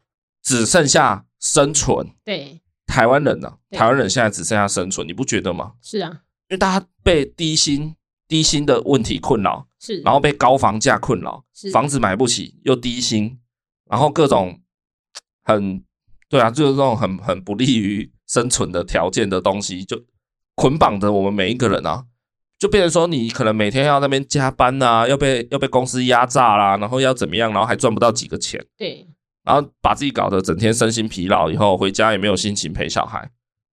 Speaker 2: 只剩下生存，
Speaker 4: 对，
Speaker 2: 台湾人呐、啊
Speaker 4: 对
Speaker 2: 台湾人现在只剩下生存，你不觉得吗？
Speaker 4: 是啊，
Speaker 2: 因为大家被低薪、低薪的问题困扰，
Speaker 4: 是，
Speaker 2: 然后被高房价困扰，
Speaker 4: 是
Speaker 2: 房子买不起又低薪，然后各种很对啊，就是这种很很不利于生存的条件的东西，就捆绑着我们每一个人啊。就变成说，你可能每天要那边加班啊，要被要被公司压榨啦、然后要怎么样，然后还赚不到几个钱，
Speaker 4: 对，
Speaker 2: 然后把自己搞得整天身心疲劳，以后回家也没有心情陪小孩，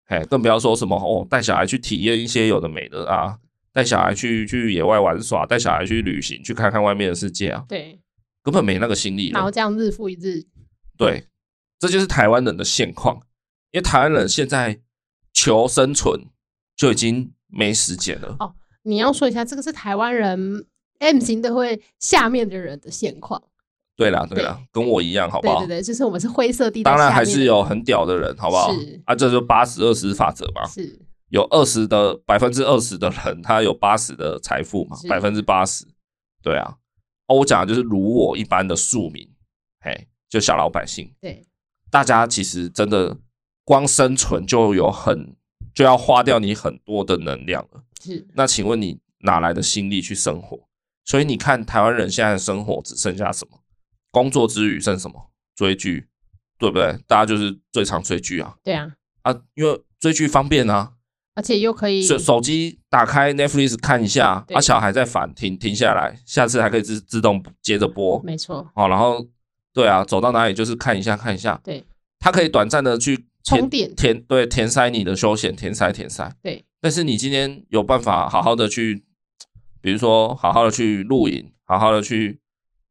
Speaker 2: 哎，更不要说什么哦，带小孩去体验一些有的没的啊，带小孩去去野外玩耍，带小孩去旅行，去看看外面的世界啊，
Speaker 4: 对，
Speaker 2: 根本没那个心力
Speaker 4: 然后
Speaker 2: 了。
Speaker 4: 这样日复一日，
Speaker 2: 对，这就是台湾人的现况，因为台湾人现在求生存就已经没时间
Speaker 4: 哦
Speaker 2: 了。
Speaker 4: 你要说一下，这个是台湾人 M 型的会下面的人的现况，
Speaker 2: 对啦，对啦，跟我一样，好不
Speaker 4: 对
Speaker 2: 好？
Speaker 4: 对对，就是我们是灰色地带，
Speaker 2: 当然还是有，很屌的人，好不好
Speaker 4: 是？
Speaker 2: 啊，这就八十二十法则嘛。
Speaker 4: 是
Speaker 2: 有二十的百分之二十的人，他有八十的财富嘛，
Speaker 4: 是
Speaker 2: 百分之八十，对啊。哦，我讲的就是如我一般的庶民，嘿，就小老百姓，
Speaker 4: 对，
Speaker 2: 大家其实真的光生存就有很就要花掉你很多的能量了。
Speaker 4: 是，
Speaker 2: 那请问你哪来的心力去生活？所以你看台湾人现在的生活只剩下什么？工作之余剩什么？追剧，对不对？大家就是最常追剧啊
Speaker 4: 对啊，
Speaker 2: 啊，因为追剧方便啊，
Speaker 4: 而且又可以，
Speaker 2: 手手机打开 Netflix 看一下，
Speaker 4: 对
Speaker 2: 啊，小孩在反停停下来，下次还可以自自动接着播，
Speaker 4: 没错，
Speaker 2: 哦，然后对啊，走到哪里就是看一下看一下，
Speaker 4: 对，
Speaker 2: 它可以短暂的去填
Speaker 4: 充电
Speaker 2: 填对填塞你的休闲，填塞填塞，
Speaker 4: 对，
Speaker 2: 但是你今天有办法好好的去，比如说好好的去露营，好好的去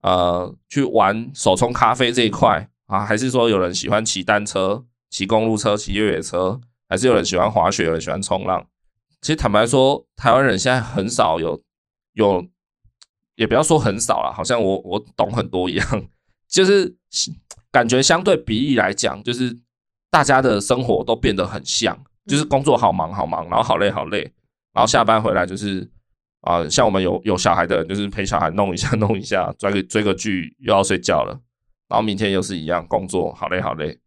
Speaker 2: 呃去玩手冲咖啡这一块啊，还是说有人喜欢骑单车、骑公路车、骑越野车，还是有人喜欢滑雪，有人喜欢冲浪？其实坦白说，台湾人现在很少有有，也不要说很少了，好像我我懂很多一样， *laughs* 就是感觉相对比例来讲，就是大家的生活都变得很像，就是工作好忙好忙，然后好累好累，然后下班回来就是啊、像我们有有小孩的人，就是陪小孩弄一下弄一下， *laughs* 追个追个剧又要睡觉了，然后明天又是一样工作，好累好累，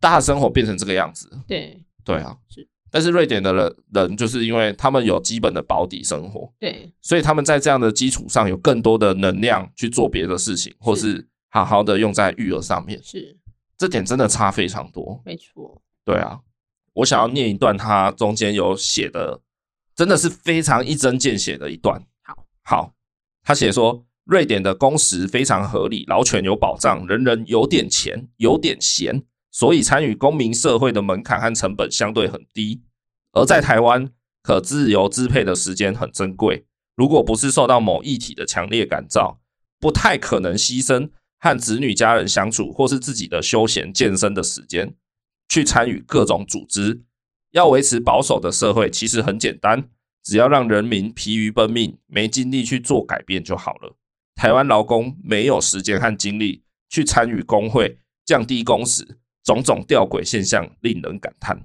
Speaker 2: 大家生活变成这个样子，
Speaker 4: 对
Speaker 2: 对啊，
Speaker 4: 是。
Speaker 2: 但是瑞典的人人就是因为他们有基本的保底生活，
Speaker 4: 对
Speaker 2: 所以他们在这样的基础上有更多的能量去做别的事情，或是好好的用在育儿上面，
Speaker 4: 是，
Speaker 2: 这点真的差非常多。
Speaker 4: 没错，
Speaker 2: 对啊，我想要念一段他中间有写的，真的是非常一针见血的一段。
Speaker 4: 好，
Speaker 2: 好，他写说，瑞典的工时非常合理，劳权有保障，人人有点钱，有点闲，所以参与公民社会的门槛和成本相对很低。而在台湾，可自由支配的时间很珍贵，如果不是受到某议题的强烈感召，不太可能牺牲和子女家人相处或是自己的休闲健身的时间。去参与各种组织。要维持保守的社会，其实很简单，只要让人民疲于奔命，没精力去做改变就好了。台湾劳工没有时间和精力去参与工会、降低工时，种种吊诡现象令人感叹。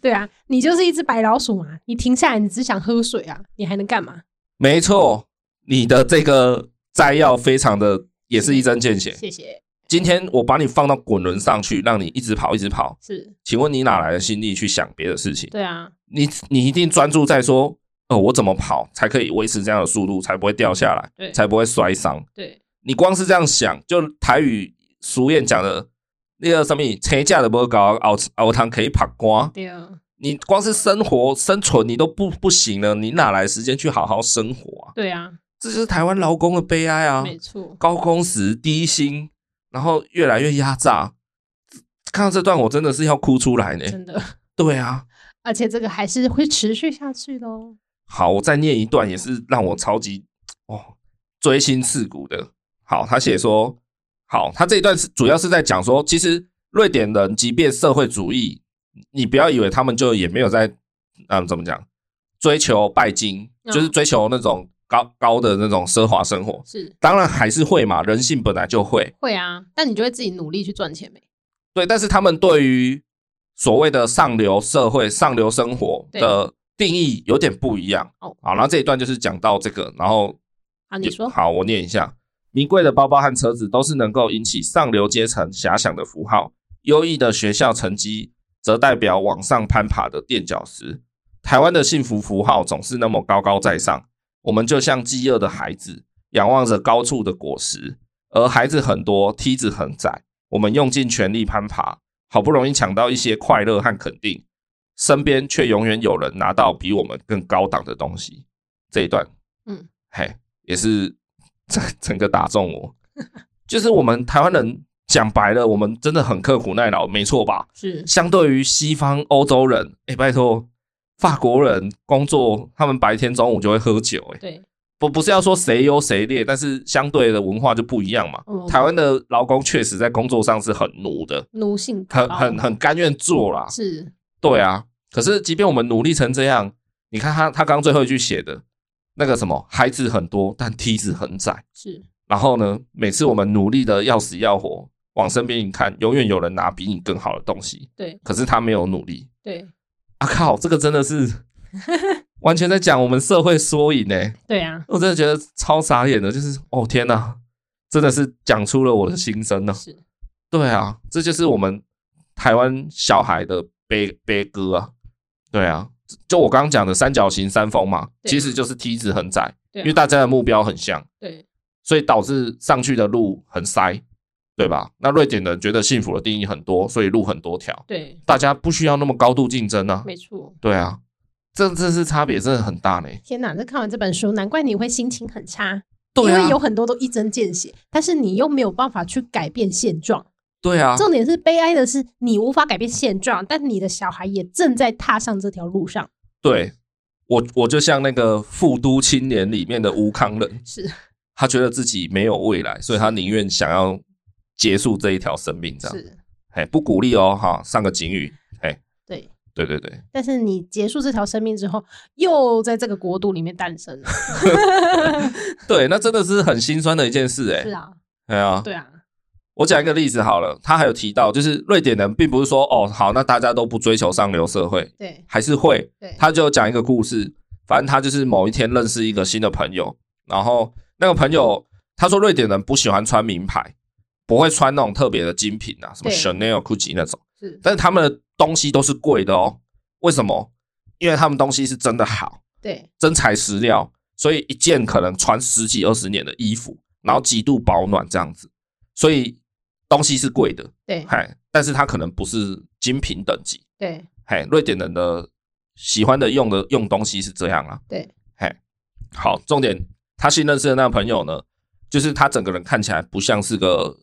Speaker 4: 对啊，你就是一只白老鼠嘛，你停下来，你只想喝水啊，你还能干嘛？
Speaker 2: 没错，你的这个摘要非常的，也是一针见血。
Speaker 4: 谢谢，
Speaker 2: 今天我把你放到滚轮上去，让你一直跑，一直跑，
Speaker 4: 是，
Speaker 2: 请问你哪来的心力去想别的事情？
Speaker 4: 对啊，
Speaker 2: 你你一定专注在说，呃，我怎么跑才可以维持这样的速度，才不会掉下来，
Speaker 4: 对
Speaker 2: 才不会摔伤。
Speaker 4: 对，
Speaker 2: 你光是这样想，就台语俗谚讲的那个什么，车架的不搞熬熬汤可以爬瓜。
Speaker 4: 对啊，
Speaker 2: 你光是生活生存你都不不行了，你哪来时间去好好生活啊？
Speaker 4: 对啊，
Speaker 2: 这就是台湾劳工的悲哀啊！
Speaker 4: 没错，
Speaker 2: 高工时、低薪，然后越来越压榨。看到这段，我真的是要哭出来呢。
Speaker 4: 真的， *laughs*
Speaker 2: 对啊，
Speaker 4: 而且这个还是会持续下去的哦。
Speaker 2: 好，我再念一段，也是让我超级哦锥心刺骨的。好，他写说，好，他这一段是主要是在讲说，其实瑞典人即便社会主义你不要以为他们就也没有在，嗯，怎么讲，追求拜金，
Speaker 4: 嗯
Speaker 2: 就是追求那种高高的那种奢华生活。
Speaker 4: 是
Speaker 2: 当然还是会嘛，人性本来就会
Speaker 4: 会啊，但你就会自己努力去赚钱呗。
Speaker 2: 对，但是他们对于所谓的上流社会、上流生活的定义有点不一样。
Speaker 4: 哦
Speaker 2: 好，然后这一段就是讲到这个，然后
Speaker 4: 啊，你说
Speaker 2: 好，我念一下。名贵的包包和车子都是能够引起上流阶层遐想的符号，优异的学校成绩则代表往上攀爬的垫脚石。台湾的幸福符号总是那么高高在上，我们就像饥饿的孩子，仰望着高处的果实，而孩子很多，梯子很窄，我们用尽全力攀爬，好不容易抢到一些快乐和肯定，身边却永远有人拿到比我们更高档的东西。这一段，
Speaker 4: 嗯，
Speaker 2: 嘿，也是整整个打中我。 *laughs* 就是我们台湾人讲白了，我们真的很刻苦耐劳，没错吧？
Speaker 4: 是
Speaker 2: 相对于西方欧洲人，哎、拜托，法国人工作，他们白天中午就会喝酒、哎，
Speaker 4: 对，
Speaker 2: 不不是要说谁优谁劣，但是相对的文化就不一样
Speaker 3: 哦
Speaker 2: 嘛。
Speaker 4: 嗯
Speaker 2: 台湾的劳工确实在工作上是很奴的，
Speaker 4: 奴性高
Speaker 3: 哦
Speaker 2: 很很很甘愿做啦。
Speaker 4: 是
Speaker 2: 对啊，可是即便我们努力成这样，你看他他刚最后一句写的那个什么，孩子很多，但梯子很窄。
Speaker 4: 是
Speaker 2: 然后呢，每次我们努力的要死要活，往身边一看，永远有人拿比你更好的东西，
Speaker 4: 对
Speaker 2: 可是他没有努力。
Speaker 4: 对
Speaker 2: 啊靠，这个真的是 *laughs* 完全在讲我们社会缩影呢、欸
Speaker 4: 对啊，
Speaker 2: 我真的觉得超傻眼的，就是哦天哪，真的是讲出了我的心声呢、
Speaker 4: 是
Speaker 2: 对啊，这就是我们台湾小孩的悲悲歌啊。对啊，就我刚刚讲的三角形三峰嘛，
Speaker 4: 对啊
Speaker 2: 其实就是梯子很窄，
Speaker 4: 对啊
Speaker 2: 因为大家的目标很像，
Speaker 4: 对
Speaker 2: 所以导致上去的路很塞，对
Speaker 4: 嗯
Speaker 2: 吧？那瑞典人觉得幸福的定义很多，所以路很多条，
Speaker 4: 对，
Speaker 2: 大家不需要那么高度竞争啊。
Speaker 4: 没错。
Speaker 2: 对啊，这这是差别真的很大嘞。
Speaker 4: 天哪，这看完这本书，难怪你会心情很差，
Speaker 2: 对
Speaker 4: 因为有
Speaker 2: 啊，
Speaker 4: 很多都一针见血，但是你又没有办法去改变现状。
Speaker 2: 对啊，
Speaker 4: 重点是悲哀的是，你无法改变现状，但你的小孩也正在踏上这条路上。
Speaker 2: 对我我就像那个《富都青年》里面的吴康人，
Speaker 4: 是
Speaker 2: 他觉得自己没有未来，所以他宁愿想要结束这一条生命，这样，
Speaker 4: 是，
Speaker 2: 哎，不鼓励哦，哈，上个警语，哎，
Speaker 4: 对。
Speaker 2: 对对对，
Speaker 4: 但是你结束这条生命之后，又在这个国度里面诞生了。
Speaker 2: 对，那真的是很心酸的一件事，哎
Speaker 4: 是，啊，
Speaker 2: 对啊，
Speaker 4: 对啊，
Speaker 2: 我讲一个例子好了，他还有提到，就是瑞典人并不是说哦，好，那大家都不追求上流社会，
Speaker 4: 对
Speaker 2: 还是会，
Speaker 4: 对，
Speaker 2: 他就讲一个故事，反正他就是某一天认识一个新的朋友，然后那个朋友他说瑞典人不喜欢穿名牌，不会穿那种特别的精品啊，什么
Speaker 4: 对
Speaker 2: Chanel、Gucci 那种，
Speaker 4: 是，
Speaker 2: 但是他们的东西都是贵的哦。为什么？因为他们东西是真的好，
Speaker 4: 对
Speaker 2: 真材实料，所以一件可能穿十几二十年的衣服，然后极度保暖这样子，所以东西是贵的，
Speaker 4: 对
Speaker 2: 嗨，但是它可能不是精品等级，
Speaker 4: 对
Speaker 2: 嘿，瑞典人的喜欢的用的用东西是这样啊。
Speaker 4: 对，
Speaker 2: 嘿，好，重点，他新认识的那个朋友呢，就是他整个人看起来不像是个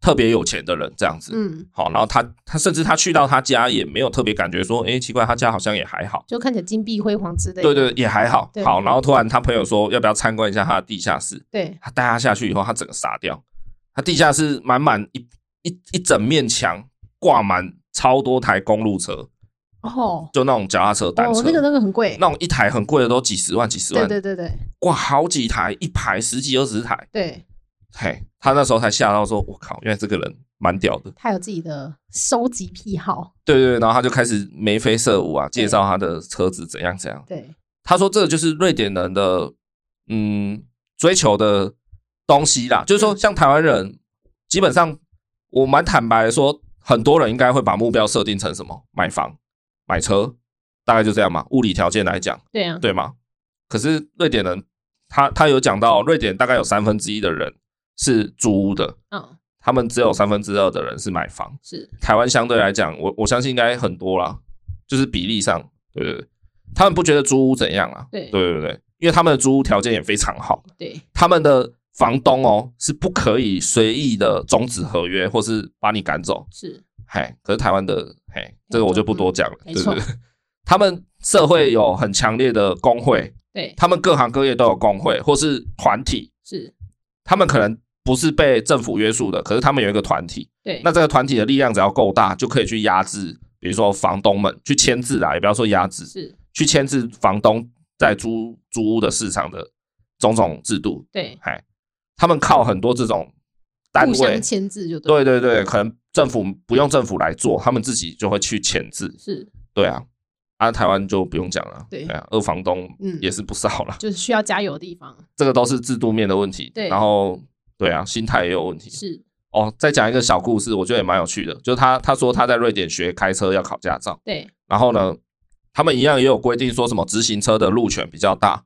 Speaker 2: 特别有钱的人这样子。
Speaker 4: 嗯，
Speaker 2: 好，然后他他甚至他去到他家也没有特别感觉说，诶，奇怪，他家好像也还好，
Speaker 4: 就看起来金碧辉煌之类的。
Speaker 2: 对对，也还好
Speaker 4: 对。
Speaker 2: 好，然后突然他朋友说要不要参观一下他的地下室，
Speaker 4: 对
Speaker 2: 他带他下去以后，他整个傻掉，他地下室满满一一一整面墙挂满超多台公路车，
Speaker 4: 哦
Speaker 2: 就那种脚踏车、单车，
Speaker 4: 哦，那个那个很贵，
Speaker 2: 那种一台很贵的都几十万、几十
Speaker 4: 对
Speaker 2: 万，
Speaker 4: 对对对
Speaker 2: 哇，好几台，一排十几、二十台，
Speaker 4: 对，
Speaker 2: 嘿，他那时候才吓到说，我靠，原来这个人蛮屌的，
Speaker 4: 他有自己的收集癖好。
Speaker 2: 对对对，然后他就开始眉飞色舞啊，介绍他的车子怎样怎样。
Speaker 4: 对
Speaker 2: 他说这就是瑞典人的嗯追求的东西啦，就是说像台湾人，基本上我蛮坦白的说，很多人应该会把目标设定成什么，买房、买车，大概就这样嘛，物理条件来讲。
Speaker 4: 对啊，
Speaker 2: 对吗？可是瑞典人，他他有讲到，瑞典大概有三分之一的人是租屋的，
Speaker 4: 嗯
Speaker 2: 他们只有三分之二的人是买房。
Speaker 4: 是，
Speaker 2: 台湾相对来讲，我我相信应该很多啦，就是比例上，对对对，他们不觉得租屋怎样啊？
Speaker 4: 对
Speaker 2: 对对对，因为他们的租屋条件也非常好，
Speaker 4: 对
Speaker 2: 他们的房东哦是不可以随意的终止合约或是把你赶走，
Speaker 4: 是，
Speaker 2: 嘿，可是台湾的嘿，这个我就不多讲了，
Speaker 4: 没
Speaker 2: 对
Speaker 4: 错
Speaker 2: 对对，他们社会有很强烈的工会，
Speaker 4: 对
Speaker 2: 他们各行各业都有工会或是团体，
Speaker 4: 是，
Speaker 2: 他们可能不是被政府约束的，可是他们有一个团体，
Speaker 4: 对
Speaker 2: 那这个团体的力量只要够大，就可以去压制比如说房东们去签字啊，也不要说压制，
Speaker 4: 是
Speaker 2: 去签字房东在租租屋的市场的种种制度，
Speaker 4: 对，
Speaker 2: 哎，他们靠很多这种单
Speaker 4: 互
Speaker 2: 位
Speaker 4: 相，签字就
Speaker 2: 对
Speaker 4: 了
Speaker 2: 对对，可能政府不用政府来做，他们自己就会去签字，
Speaker 4: 是
Speaker 2: 对啊，啊，台湾就不用讲了，
Speaker 4: 对
Speaker 2: 啊，二房东
Speaker 4: 嗯
Speaker 2: 也是不少了，
Speaker 4: 就是需要加油的地方，
Speaker 2: 这个都是制度面的问题，
Speaker 4: 对
Speaker 2: 然后对啊，心态也有问题，
Speaker 4: 是
Speaker 2: 哦，再讲一个小故事，我觉得也蛮有趣的，就是他他说他在瑞典学开车要考驾照，
Speaker 4: 对
Speaker 2: 然后呢，他们一样也有规定说什么直行车的路权比较大，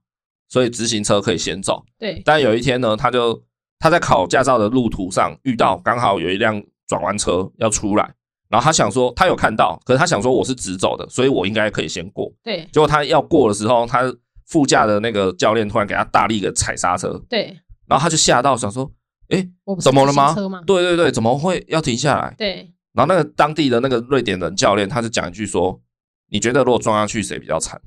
Speaker 2: 所以直行车可以先走。
Speaker 4: 对
Speaker 2: 但有一天呢，他就他在考驾照的路途上遇到刚好有一辆转弯车要出来，然后他想说他有看到，可是他想说我是直走的，所以我应该可以先过。
Speaker 4: 对
Speaker 2: 结果他要过的时候，他副驾的那个教练突然给他大力的踩刹车，
Speaker 4: 对，
Speaker 2: 然后他就吓到想说，诶，
Speaker 4: 我不是
Speaker 2: 怎么了
Speaker 4: 自行
Speaker 2: 吗
Speaker 4: 车
Speaker 3: 嗯
Speaker 4: 吗？
Speaker 2: 对对对，怎么会要停下来？
Speaker 4: 对
Speaker 2: 然后那个当地的那个瑞典人教练，他就讲一句说：“你觉得如果撞上去谁比较惨？”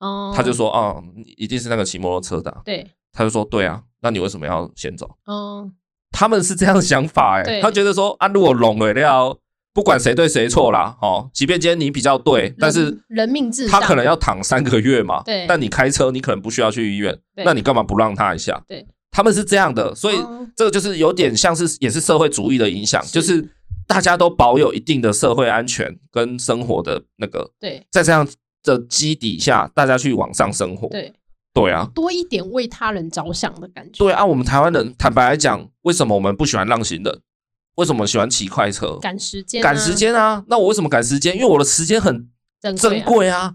Speaker 4: 哦，
Speaker 2: 他就说：“哦，一定是那个骑摩托车的啊、
Speaker 4: 对
Speaker 2: 他就说：“对啊，那你为什么要先走
Speaker 4: 哦，？”
Speaker 2: 他们是这样的想法哎、
Speaker 4: 对
Speaker 2: 他觉得说啊，如果拢了料，不管谁对谁错啦，哦，即便今天你比较对，但是
Speaker 4: 人人命至
Speaker 2: 他
Speaker 4: 上，哦
Speaker 2: 可能要躺三个月嘛，
Speaker 4: 对
Speaker 2: 但你开车你可能不需要去医院，
Speaker 4: 对
Speaker 2: 那你干嘛不让他一下？
Speaker 4: 对，
Speaker 2: 他们是这样的，所以
Speaker 4: 哦
Speaker 2: 这个就是有点像是也是社会主义的影响，
Speaker 4: 是
Speaker 2: 就是大家都保有一定的社会安全跟生活的那个，
Speaker 4: 对
Speaker 2: 在这样的基底下，大家去往上生活。
Speaker 4: 对
Speaker 2: 对啊，
Speaker 4: 多一点为他人着想的感觉，
Speaker 2: 对啊，我们台湾人坦白来讲，为什么我们不喜欢让行人？为什么喜欢骑快车？
Speaker 4: 赶时间啊，
Speaker 2: 赶时间啊！那我为什么赶时间？因为我的时间很
Speaker 4: 珍
Speaker 2: 珍
Speaker 4: 贵啊，
Speaker 2: 贵啊！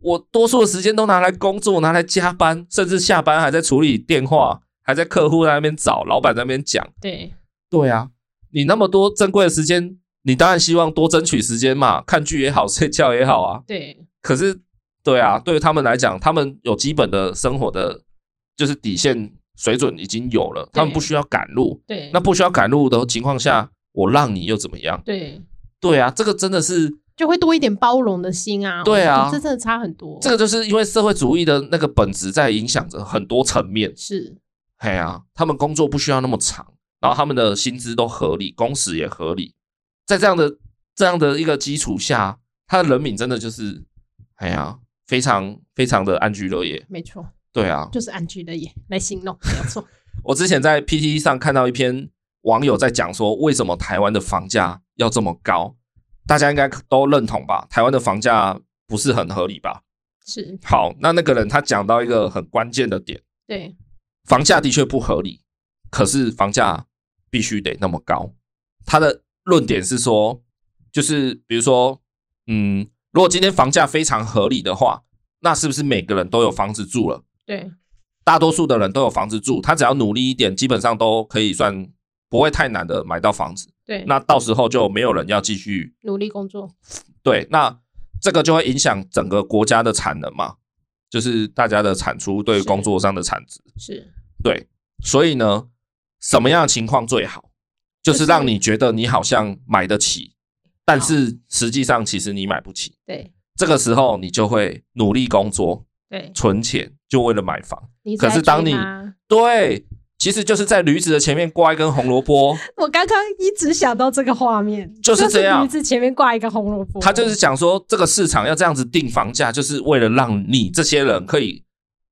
Speaker 2: 我多数的时间都拿来工作，拿来加班，甚至下班还在处理电话，还在客户在那边找，老板在那边讲。
Speaker 4: 对
Speaker 2: 对啊，你那么多珍贵的时间，你当然希望多争取时间嘛，看剧也好， *laughs* 睡觉也好啊。
Speaker 4: 对
Speaker 2: 可是，对啊，对于他们来讲，他们有基本的生活的，就是底线水准已经有了，他们不需要赶路。
Speaker 4: 对，
Speaker 2: 那不需要赶路的情况下，我让你又怎么样？
Speaker 4: 对。
Speaker 2: 对啊，这个真的是，
Speaker 4: 就会多一点包容的心啊，
Speaker 2: 对啊
Speaker 4: 这真的差很多。
Speaker 2: 这个就是因为社会主义的那个本质在影响着很多层面。
Speaker 4: 是
Speaker 2: 哎呀、他们工作不需要那么长，然后他们的薪资都合理，工时也合理，在这样的这样的一个基础下，他的人民真的就是，哎呀、非常非常的安居乐业。
Speaker 4: 没错，
Speaker 2: 对啊，
Speaker 4: 就是安居乐业来形
Speaker 2: *laughs*
Speaker 4: 容，没有错。
Speaker 2: 我之前在 PTT 上看到一篇网友在讲说，为什么台湾的房价要这么高？大家应该都认同吧？台湾的房价不是很合理吧？
Speaker 4: 是
Speaker 2: 好，那那个人他讲到一个很关键的点。
Speaker 4: 对
Speaker 2: 房价的确不合理，可是房价必须得那么高。他的论点是说，就是比如说，嗯，如果今天房价非常合理的话，那是不是每个人都有房子住了？
Speaker 4: 对
Speaker 2: 大多数的人都有房子住，他只要努力一点，基本上都可以算不会太难的买到房子。
Speaker 4: 对，
Speaker 2: 那到时候就没有人要继续
Speaker 4: 努力工作，
Speaker 2: 对，那这个就会影响整个国家的产能嘛，就是大家的产出对于
Speaker 4: 是
Speaker 2: 工作上的产值。
Speaker 4: 是
Speaker 2: 对，所以呢，什么样的情况最好？就
Speaker 4: 就是是
Speaker 2: 让你觉得你好像买得起，但是实际上其实你买不起。
Speaker 4: 对
Speaker 2: 这个时候你就会努力工作
Speaker 4: 对。
Speaker 2: 存钱，就为了买房。
Speaker 4: 你
Speaker 2: 可
Speaker 4: 在
Speaker 2: 是当
Speaker 4: 追
Speaker 2: 你
Speaker 4: 吗
Speaker 2: 对，其实就是在驴子的前面挂一根红萝卜，
Speaker 3: 我刚刚一直想到这个画面，
Speaker 2: 就是这样
Speaker 3: 就是、驴子前面挂一个红萝卜，
Speaker 2: 他就是讲说这个市场要这样子定房价，就是为了让你这些人可以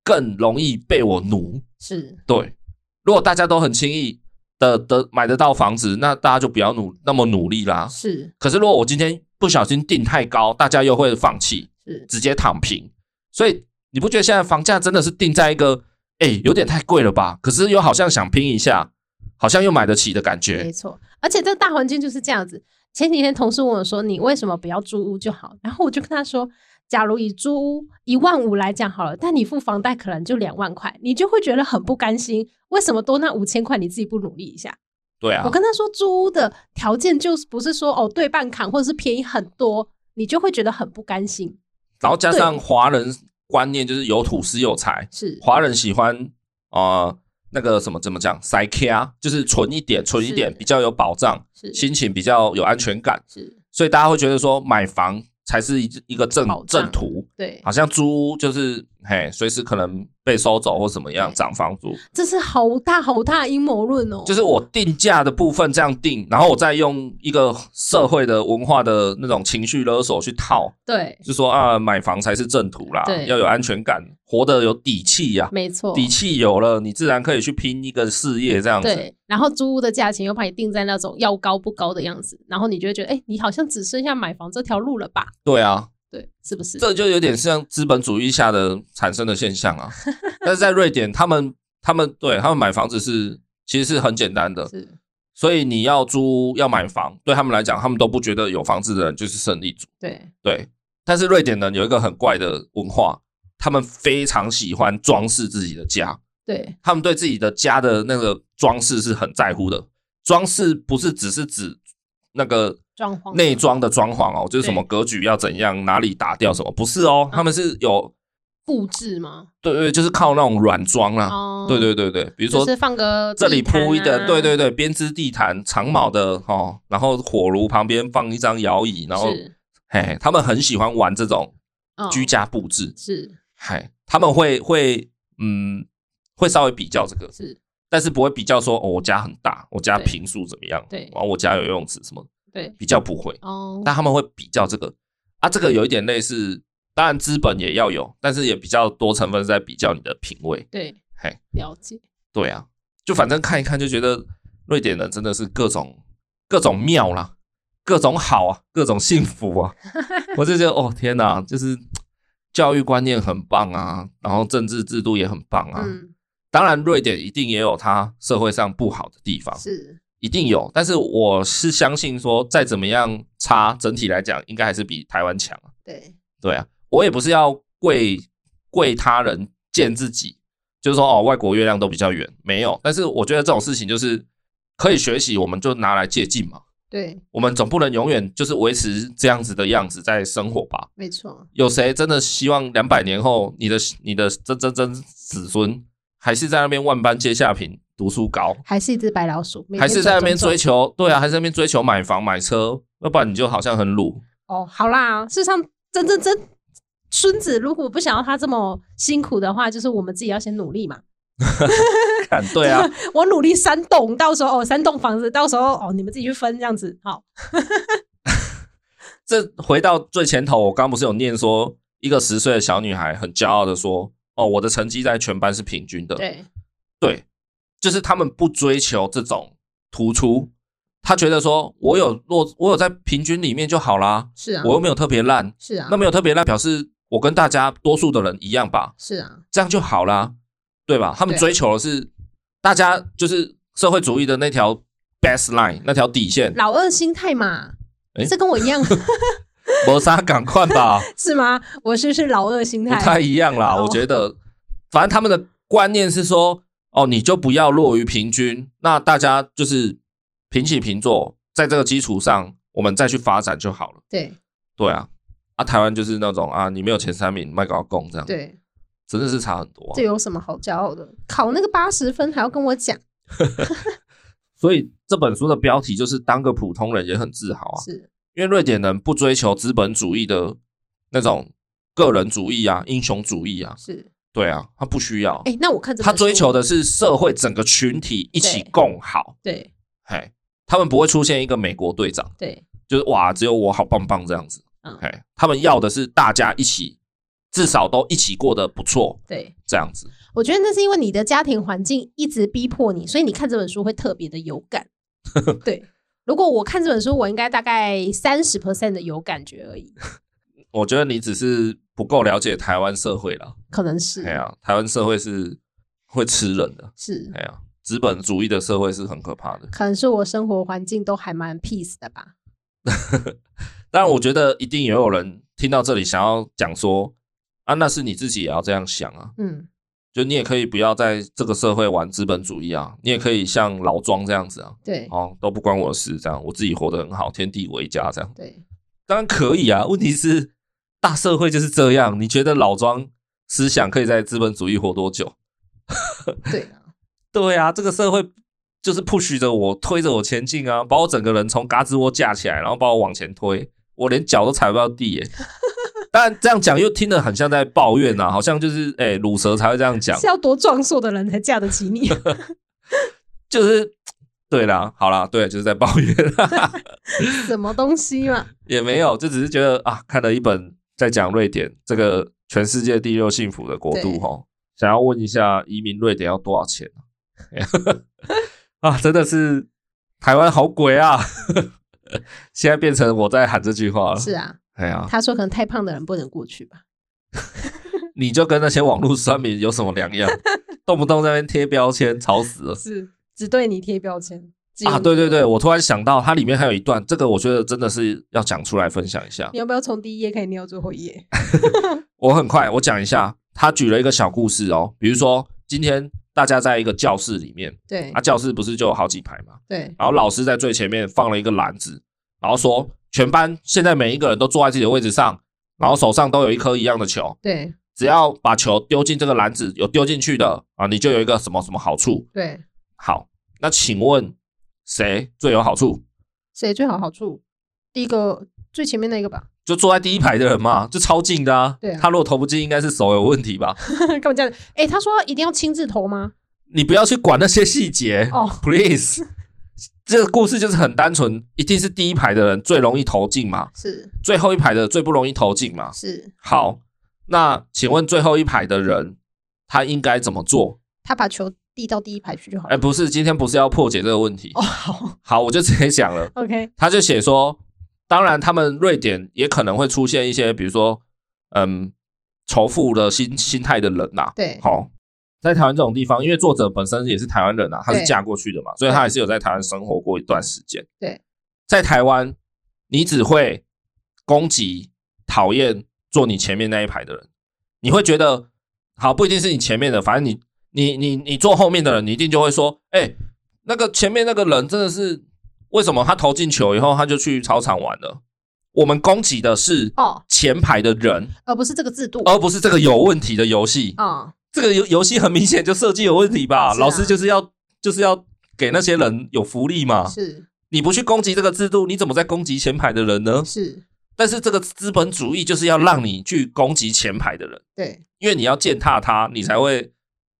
Speaker 2: 更容易被我奴。
Speaker 4: 是
Speaker 2: 对，如果大家都很轻易的的买得到房子，那大家就不要努那么努力啦。
Speaker 4: 是
Speaker 2: 可是如果我今天不小心定太高，大家又会放弃，
Speaker 4: 是
Speaker 2: 直接躺平。所以你不觉得现在房价真的是定在一个，哎、有点太贵了吧？可是又好像想拼一下，好像又买得起的感
Speaker 4: 没
Speaker 2: 觉。
Speaker 4: 错，而且这大环境就是这样子。前几天同事问我说：“你为什么不要租屋就好？”然后我就跟他说：“假如以租屋一万五来讲好了，但你付房贷可能就两万块，你就会觉得很不甘心。为什么多那五千块你自己不努力一下？”
Speaker 2: 对啊
Speaker 4: 我，跟他说，租屋的条件就是不是说哦对半砍或者是便宜很多，你就会觉得很不甘心。
Speaker 2: 然后加上华人观念就是有土是有财，
Speaker 4: 是
Speaker 2: 华人喜欢呃那个什么怎么讲，塞 K 啊，就是存一点，存一
Speaker 4: 是
Speaker 2: 点比较有保障，
Speaker 4: 是
Speaker 2: 心情比较有安全感，
Speaker 4: 是，
Speaker 2: 所以大家会觉得说买房才是一一个正
Speaker 4: 保障
Speaker 2: 正途。
Speaker 4: 对
Speaker 2: 好像租屋就是嘿，随时可能被收走或怎么样涨房租。
Speaker 3: 这是好大好大阴谋论哦！
Speaker 2: 就是我定价的部分这样定，然后我再用一个社会的文化的那种情绪勒索去套，
Speaker 3: 对，
Speaker 2: 就说啊，买房才是正途啦
Speaker 3: 对，
Speaker 2: 要有安全感，活得有底气呀、
Speaker 3: 没错，
Speaker 2: 底气有了，你自然可以去拼一个事业这样子。
Speaker 3: 对，然后租屋的价钱又把你定在那种要高不高的样子，然后你就会觉得，哎、你好像只剩下买房这条路了吧？
Speaker 2: 对啊，
Speaker 3: 对，是不是？
Speaker 2: 这就有点像资本主义下的产生的现象
Speaker 3: *laughs*
Speaker 2: 啊。但是在瑞典，他们他们对他们买房子是其实是很简单的，
Speaker 3: 是，
Speaker 2: 所以你要租要买房，对他们来讲，他们都不觉得有房子的人就是胜利组。
Speaker 3: 对，
Speaker 2: 对，但是瑞典人有一个很怪的文化，他们非常喜欢装饰自己的家，
Speaker 3: 对，
Speaker 2: 他们对自己的家的那个装饰是很在乎的。装饰不是只是指那个
Speaker 3: 装潢
Speaker 2: 内装的装潢哦，就是什么格局要怎样，哪里打掉什么，不是哦，他们是有
Speaker 3: 布置吗？
Speaker 2: 对对，就是靠那种软装啦。啊
Speaker 3: 哦，
Speaker 2: 对，对对对，比如
Speaker 3: 就
Speaker 2: 说
Speaker 3: 是放个
Speaker 2: 这里铺一
Speaker 3: 地毯
Speaker 2: 的，
Speaker 3: 啊
Speaker 2: 对对对，编织地毯，长毛的哦，然后火炉旁边放一张摇椅，然后
Speaker 3: 是
Speaker 2: 嘿，他们很喜欢玩这种
Speaker 3: 嗯
Speaker 2: 居家布置。
Speaker 3: 是
Speaker 2: 嗨，他们会会嗯，会稍微比较这个，
Speaker 3: 是，
Speaker 2: 但是不会比较说哦，我家很大，我家
Speaker 3: 对
Speaker 2: 平数怎么样，
Speaker 3: 对
Speaker 2: 然后我家有游泳池什么的，
Speaker 3: 对，
Speaker 2: 比较不会，
Speaker 3: 哦，
Speaker 2: 但他们会比较这个啊，这个有一点类似，当然资本也要有，但是也比较多成分是在比较你的品味，
Speaker 3: 对，
Speaker 2: 嘿，
Speaker 3: 了解，
Speaker 2: 对啊，就反正看一看就觉得瑞典人真的是各种各种妙啦，各种好啊，各种幸福
Speaker 3: *laughs*
Speaker 2: 啊，我就觉得哦天哪，就是教育观念很棒啊，然后政治制度也很棒啊。
Speaker 3: 嗯，
Speaker 2: 当然，瑞典一定也有它社会上不好的地方，
Speaker 3: 是
Speaker 2: 一定有。但是我是相信说，再怎么样差，整体来讲应该还是比台湾强啊。
Speaker 3: 对，
Speaker 2: 对啊，我也不是要跪跪他人见自己，就是说哦，外国月亮都比较圆，没有。但是我觉得这种事情就是可以学习，我们就拿来借鉴嘛。
Speaker 3: 对，
Speaker 2: 我们总不能永远就是维持这样子的样子在生活吧？
Speaker 3: 没错，
Speaker 2: 有谁真的希望两百年后你的你的曾曾曾子孙还是在那边万般皆下品，读书高，
Speaker 3: 还是一只白老鼠，每天
Speaker 2: 还是在那边
Speaker 3: 走走
Speaker 2: 追
Speaker 3: 走
Speaker 2: 求？对啊，还是在那边追求买房买车，要不然你就好像很鲁。
Speaker 3: 哦，好啦，事实上，真真真孙子如果不想要他这么辛苦的话，就是我们自己要先努力嘛。
Speaker 2: 干对啊，
Speaker 3: *laughs* 我努力三栋，到时候哦，三栋房子，到时候哦，你们自己去分这样子。好，
Speaker 2: 这回到最前头，我刚不是有念说，一个十岁的小女孩很骄傲的说：“哦，我的成绩在全班是平均的。
Speaker 3: 对，
Speaker 2: 对就是他们不追求这种突出，他觉得说我有落，我有在平均里面就好啦，
Speaker 3: 是啊
Speaker 2: 我，又没有特别烂。
Speaker 3: 是啊
Speaker 2: 那，没有特别烂，表示我跟大家多数的人一样吧，
Speaker 3: 是啊，
Speaker 2: 这样就好啦，对吧？他们
Speaker 3: 嗯对
Speaker 2: 追求的是大家就是社会主义的那条 baseline 那条底线，
Speaker 3: 老二心态嘛，
Speaker 2: 诶
Speaker 3: 这跟我
Speaker 2: *laughs*
Speaker 3: 一样
Speaker 2: 摩杀赶快
Speaker 3: *laughs*
Speaker 2: 吧。
Speaker 3: 是吗？我是不是老二心
Speaker 2: 不
Speaker 3: 态，
Speaker 2: 太一样啦。
Speaker 3: 哦
Speaker 2: 我觉得，反正他们的观念是说，哦，你就不要落于平均，那大家就是平起平坐，在这个基础上，我们再去发展就好了。
Speaker 3: 对
Speaker 2: 对啊，啊，台湾就是那种啊，你没有前三名，卖搞供这样，
Speaker 3: 对，
Speaker 2: 真的是差很多啊、
Speaker 3: 这有什么好骄傲的？考那个八十分还要跟我讲，
Speaker 2: 所以这本书的标题就是“当个普通人也很自豪”啊，
Speaker 3: 是
Speaker 2: 因为瑞典人不追求资本主义的那种个人主义啊、英雄主义啊，
Speaker 3: 是，
Speaker 2: 对啊，他不需要。
Speaker 3: 哎，那我看这
Speaker 2: 他
Speaker 3: 本
Speaker 2: 追
Speaker 3: 书
Speaker 2: 求的是社会整个群体一起
Speaker 3: 对
Speaker 2: 共好，
Speaker 3: 对
Speaker 2: 嘿，他们不会出现一个美国队长，
Speaker 3: 对，
Speaker 2: 就是哇，只有我好棒棒这样子，
Speaker 3: 嗯
Speaker 2: 嘿，他们要的是大家一起，至少都一起过得不错
Speaker 3: 对，
Speaker 2: 这样子，
Speaker 3: 我觉得那是因为你的家庭环境一直逼迫你，所以你看这本书会特别的有
Speaker 2: *laughs*
Speaker 3: 感。对，如果我看这本书，我应该大概三十 percent 的有感觉而已，
Speaker 2: 我觉得你只是不够了解台湾社会了，
Speaker 3: 可能是
Speaker 2: 哎呀、台湾社会是会吃人的，
Speaker 3: 是，
Speaker 2: 哎呀、资本主义的社会是很可怕的，
Speaker 3: 可能是我生活环境都还蛮 peace 的吧。
Speaker 2: 当然，我觉得一定也有人听到这里想要讲说，啊，那是你自己也要这样想啊，
Speaker 3: 嗯，
Speaker 2: 就你也可以不要在这个社会玩资本主义啊，你也可以像老庄这样子啊，
Speaker 3: 对
Speaker 2: 哦，都不关我的事，这样我自己活得很好，天地为家这样，
Speaker 3: 对，
Speaker 2: 当然可以啊。问题是大社会就是这样，你觉得老庄思想可以在资本主义活多久？
Speaker 3: 对啊，
Speaker 2: 对啊，这个社会就是不许着我，推着我前进啊，把我整个人从嘎吱窝架起来，然后把我往前推，我连脚都踩不到地耶、当然这样讲又听得很像在抱怨呐、好像就是哎乳蛇才会这样讲
Speaker 4: 是，要多壮硕的人才嫁得起
Speaker 2: *laughs*
Speaker 4: 你。
Speaker 2: 就是对啦，好啦，对，就是在抱怨， *laughs*
Speaker 4: 什么东西嘛？
Speaker 2: 也没有，就只是觉得啊，看了一本在讲瑞典这个全世界第六幸福的国度
Speaker 4: 对
Speaker 2: 哈，想要问一下移民瑞典要多少钱啊？ *laughs* 啊，真的是台湾好鬼啊！ *laughs* 现在变成我在喊这句话了。
Speaker 4: 是啊，
Speaker 2: 哎呀，
Speaker 4: 他说可能太胖的人不能过去
Speaker 2: *laughs*
Speaker 4: 吧。
Speaker 2: 你就跟那些网络酸民有什么两样？ *laughs* 动不动在那边贴标签，吵死了
Speaker 4: 是，只对你贴标签。只有
Speaker 2: 啊！
Speaker 4: 你
Speaker 2: 对对对，，我突然想到，它里面还有一段，这个我觉得真的是要讲出来分享一下
Speaker 4: 你。要不要从第一页开始念到最后一页？
Speaker 2: *laughs* 我很快，我讲一下，他举了一个小故事哦，比如说今天大家在一个教室里面，
Speaker 4: 对
Speaker 2: 啊，教室不是就有好几排嘛，
Speaker 4: 对，
Speaker 2: 然后老师在最前面放了一个篮子，然后说全班现在每一个人都坐在自己的位置上，然后手上都有一颗一样的球，
Speaker 4: 对
Speaker 2: 只要把球丢进这个篮子，有丢进去的啊，你就有一个什么什么好处。
Speaker 4: 对，
Speaker 2: 好，那请问谁最有好处？
Speaker 4: 谁最好好处？第一个最前面那个吧， *laughs*
Speaker 2: 就坐在第一排的人嘛，就超近的啊。
Speaker 4: 对啊
Speaker 2: 他如果投不进，应该是手有问题吧？
Speaker 4: 干嘛这样？哎、他说一定要亲自投吗？
Speaker 2: 你不要去管那些细节
Speaker 4: 哦
Speaker 2: ，please。这个故事就是很单纯，一定是第一排的人最容易投进嘛，
Speaker 4: 是
Speaker 2: 最后一排的最不容易投进嘛。
Speaker 4: 是，
Speaker 2: 好，那请问最后一排的人他应该怎么做？
Speaker 4: 他把球递到第一排去就好
Speaker 2: 哎，
Speaker 4: 了。
Speaker 2: 不是，今天不是要破解这个问题。
Speaker 4: 哦，好
Speaker 2: 好，我就直接讲了。
Speaker 4: ，OK，
Speaker 2: 他就写说，当然他们瑞典也可能会出现一些，比如说，嗯，仇富的心心态的人呐、
Speaker 4: 对
Speaker 2: 好，在台湾这种地方，因为作者本身也是台湾人啊，他是
Speaker 4: 对
Speaker 2: 嫁过去的嘛，所以他也是有在台湾生活过一段时间。
Speaker 4: 对，
Speaker 2: 在台湾，你只会攻击、讨厌坐你前面那一排的人，你会觉得好，不一定是你前面的，反正你你你你坐后面的人，你一定就会说，哎、那个前面那个人真的是为什么他投进球以后他就去操场玩了？我们攻击的是
Speaker 4: 哦，
Speaker 2: 前排的人，
Speaker 4: 而不是这个制度。
Speaker 2: 而不是这个有问题的游戏。
Speaker 4: 哦，
Speaker 2: 这个游游戏很明显就设计有问题吧？
Speaker 4: 是啊
Speaker 2: 老师就是要就是要给那些人有福利嘛。
Speaker 4: 是
Speaker 2: 你不去攻击这个制度，你怎么在攻击前排的人呢？
Speaker 4: 是，
Speaker 2: 但是这个资本主义就是要让你去攻击前排的人，
Speaker 4: 对
Speaker 2: 因为你要践踏他，你才会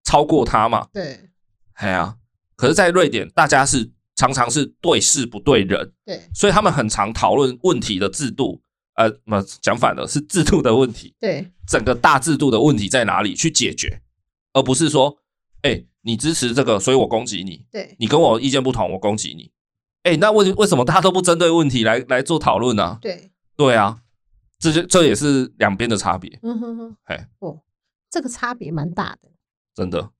Speaker 2: 超过他嘛。
Speaker 4: 对
Speaker 2: 哎呀、可是，在瑞典，大家是常常是对事不对人，
Speaker 4: 对
Speaker 2: 所以他们很常讨论问题的制度。呃，那讲反了，是制度的问题。
Speaker 4: 对
Speaker 2: 整个大制度的问题在哪里去解决，而不是说，哎、你支持这个，所以我攻击你，
Speaker 4: 对
Speaker 2: 你跟我意见不同，我攻击你。哎、那为为什么大家都不针对问题来来做讨论呢？
Speaker 4: 对，
Speaker 2: 对啊，这就这也是两边的差别，
Speaker 4: 嗯哼哼，
Speaker 2: 哎，
Speaker 4: 哦，这个差别蛮大的，
Speaker 2: 真的。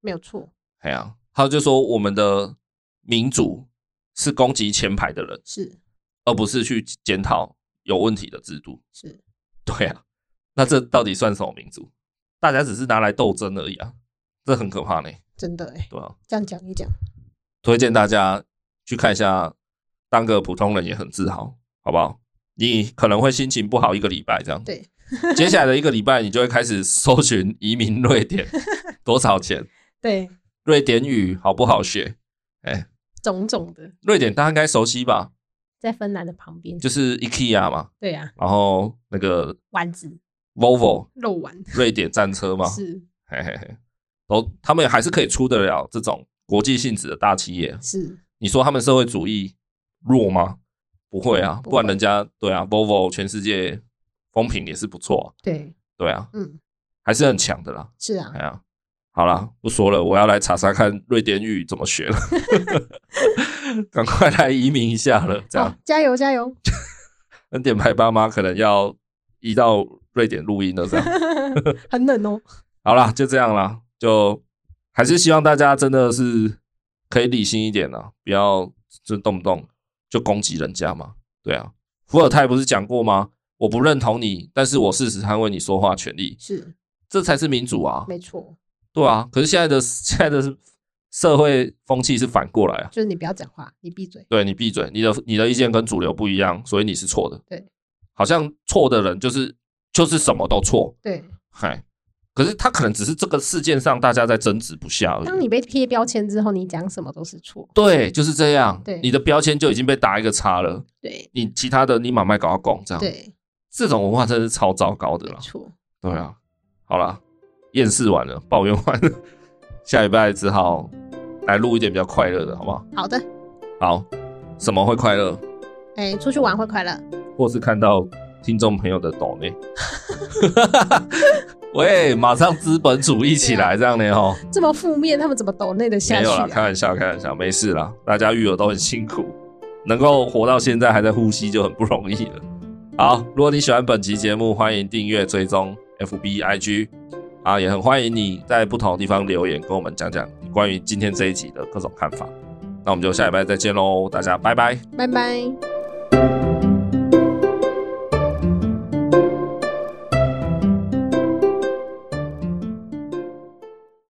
Speaker 4: 没有错，
Speaker 2: 哎呀、他就说我们的民主是攻击前排的人，
Speaker 4: 是
Speaker 2: 而不是去检讨有问题的制度。
Speaker 4: 是，
Speaker 2: 对啊，那这到底算什么民主？大家只是拿来斗争而已啊，这很可怕呢。
Speaker 4: 真的哎、
Speaker 2: 对啊。
Speaker 4: 这样讲一讲，
Speaker 2: 推荐大家去看一下，当个普通人也很自豪，好不好？你可能会心情不好一个礼拜这样，
Speaker 4: 对，
Speaker 2: 接下来的一个礼拜你就会开始搜寻移民瑞典多少钱，
Speaker 4: 对，
Speaker 2: 瑞典语好不好学？
Speaker 4: 种种的，
Speaker 2: 瑞典大家应该熟悉吧，
Speaker 4: 在芬兰的旁边，
Speaker 2: 就是 IKEA 嘛，
Speaker 4: 对啊，
Speaker 2: 然后那个
Speaker 4: 丸子
Speaker 2: Volvo
Speaker 4: 肉丸
Speaker 2: 瑞典战车嘛，
Speaker 4: 是
Speaker 2: 嘿嘿嘿，都他们还是可以出得了这种国际性质的大企业，
Speaker 4: 是，
Speaker 2: 你说他们社会主义弱吗？不会啊，
Speaker 4: 嗯不会
Speaker 2: 不然人家对啊，Volvo 全世界风评也是不错啊、
Speaker 4: 对，
Speaker 2: 对啊，
Speaker 4: 嗯，
Speaker 2: 还是很强的啦。
Speaker 4: 是啊
Speaker 2: 哎，呀、好啦，不说了，我要来查查看瑞典语怎么学了， *laughs* 赶快来移民一下了。这样
Speaker 4: 好，，哦加油加油，
Speaker 2: 恩典牌爸妈可能要移到瑞典录音了。这样，
Speaker 4: 很冷哦，
Speaker 2: 好啦，就这样啦，就还是希望大家真的是可以理性一点啦，不要就动不动就攻击人家嘛。对啊，伏尔泰不是讲过吗？我不认同你，但是我事实捍卫你说话权利，
Speaker 4: 是
Speaker 2: 这才是民主啊，
Speaker 4: 没错，
Speaker 2: 对啊。可是现在的现在的社会风气是反过来啊，
Speaker 4: 就是你不要讲话，你闭嘴，
Speaker 2: 对你闭嘴，你的你的意见跟主流不一样，所以你是错的。
Speaker 4: 对，
Speaker 2: 好像错的人就是就是什么都错，
Speaker 4: 对，
Speaker 2: 嗨。可是他可能只是这个事件上大家在争执不下而已。
Speaker 4: 当你被贴标签之后，你讲什么都是错，
Speaker 2: 对，就是这样。
Speaker 4: 对
Speaker 2: 你的标签就已经被打一个叉了，
Speaker 4: 对
Speaker 2: 你其他的你买卖搞要拱这样。
Speaker 4: 对
Speaker 2: 这种文化真的是超糟糕的
Speaker 4: 没
Speaker 2: 啦。
Speaker 4: 错，
Speaker 2: 对啊，好啦，厌世完了，抱怨完了，下礼拜只好来录一点比较快乐的，好不好？
Speaker 3: 好的，
Speaker 2: 好，什么会快乐，
Speaker 3: 哎、出去玩会快乐。
Speaker 2: 或是看到听众朋友的抖内， *laughs* 喂，马上资本主义起来，这样呢哦，
Speaker 3: 这么负面，他们怎么抖内的下
Speaker 2: 没
Speaker 3: 去、
Speaker 2: 有啦，
Speaker 3: 啊？
Speaker 2: 开玩笑，开玩笑，没事啦，大家育儿都很辛苦，能够活到现在还在呼吸就很不容易了。好，如果你喜欢本期节目，欢迎订阅、追踪 FB、IG 啊，也很欢迎你在不同的地方留言，跟我们讲讲你关于今天这一集的各种看法。那我们就下礼拜再见喽，大家拜拜。
Speaker 3: 拜拜。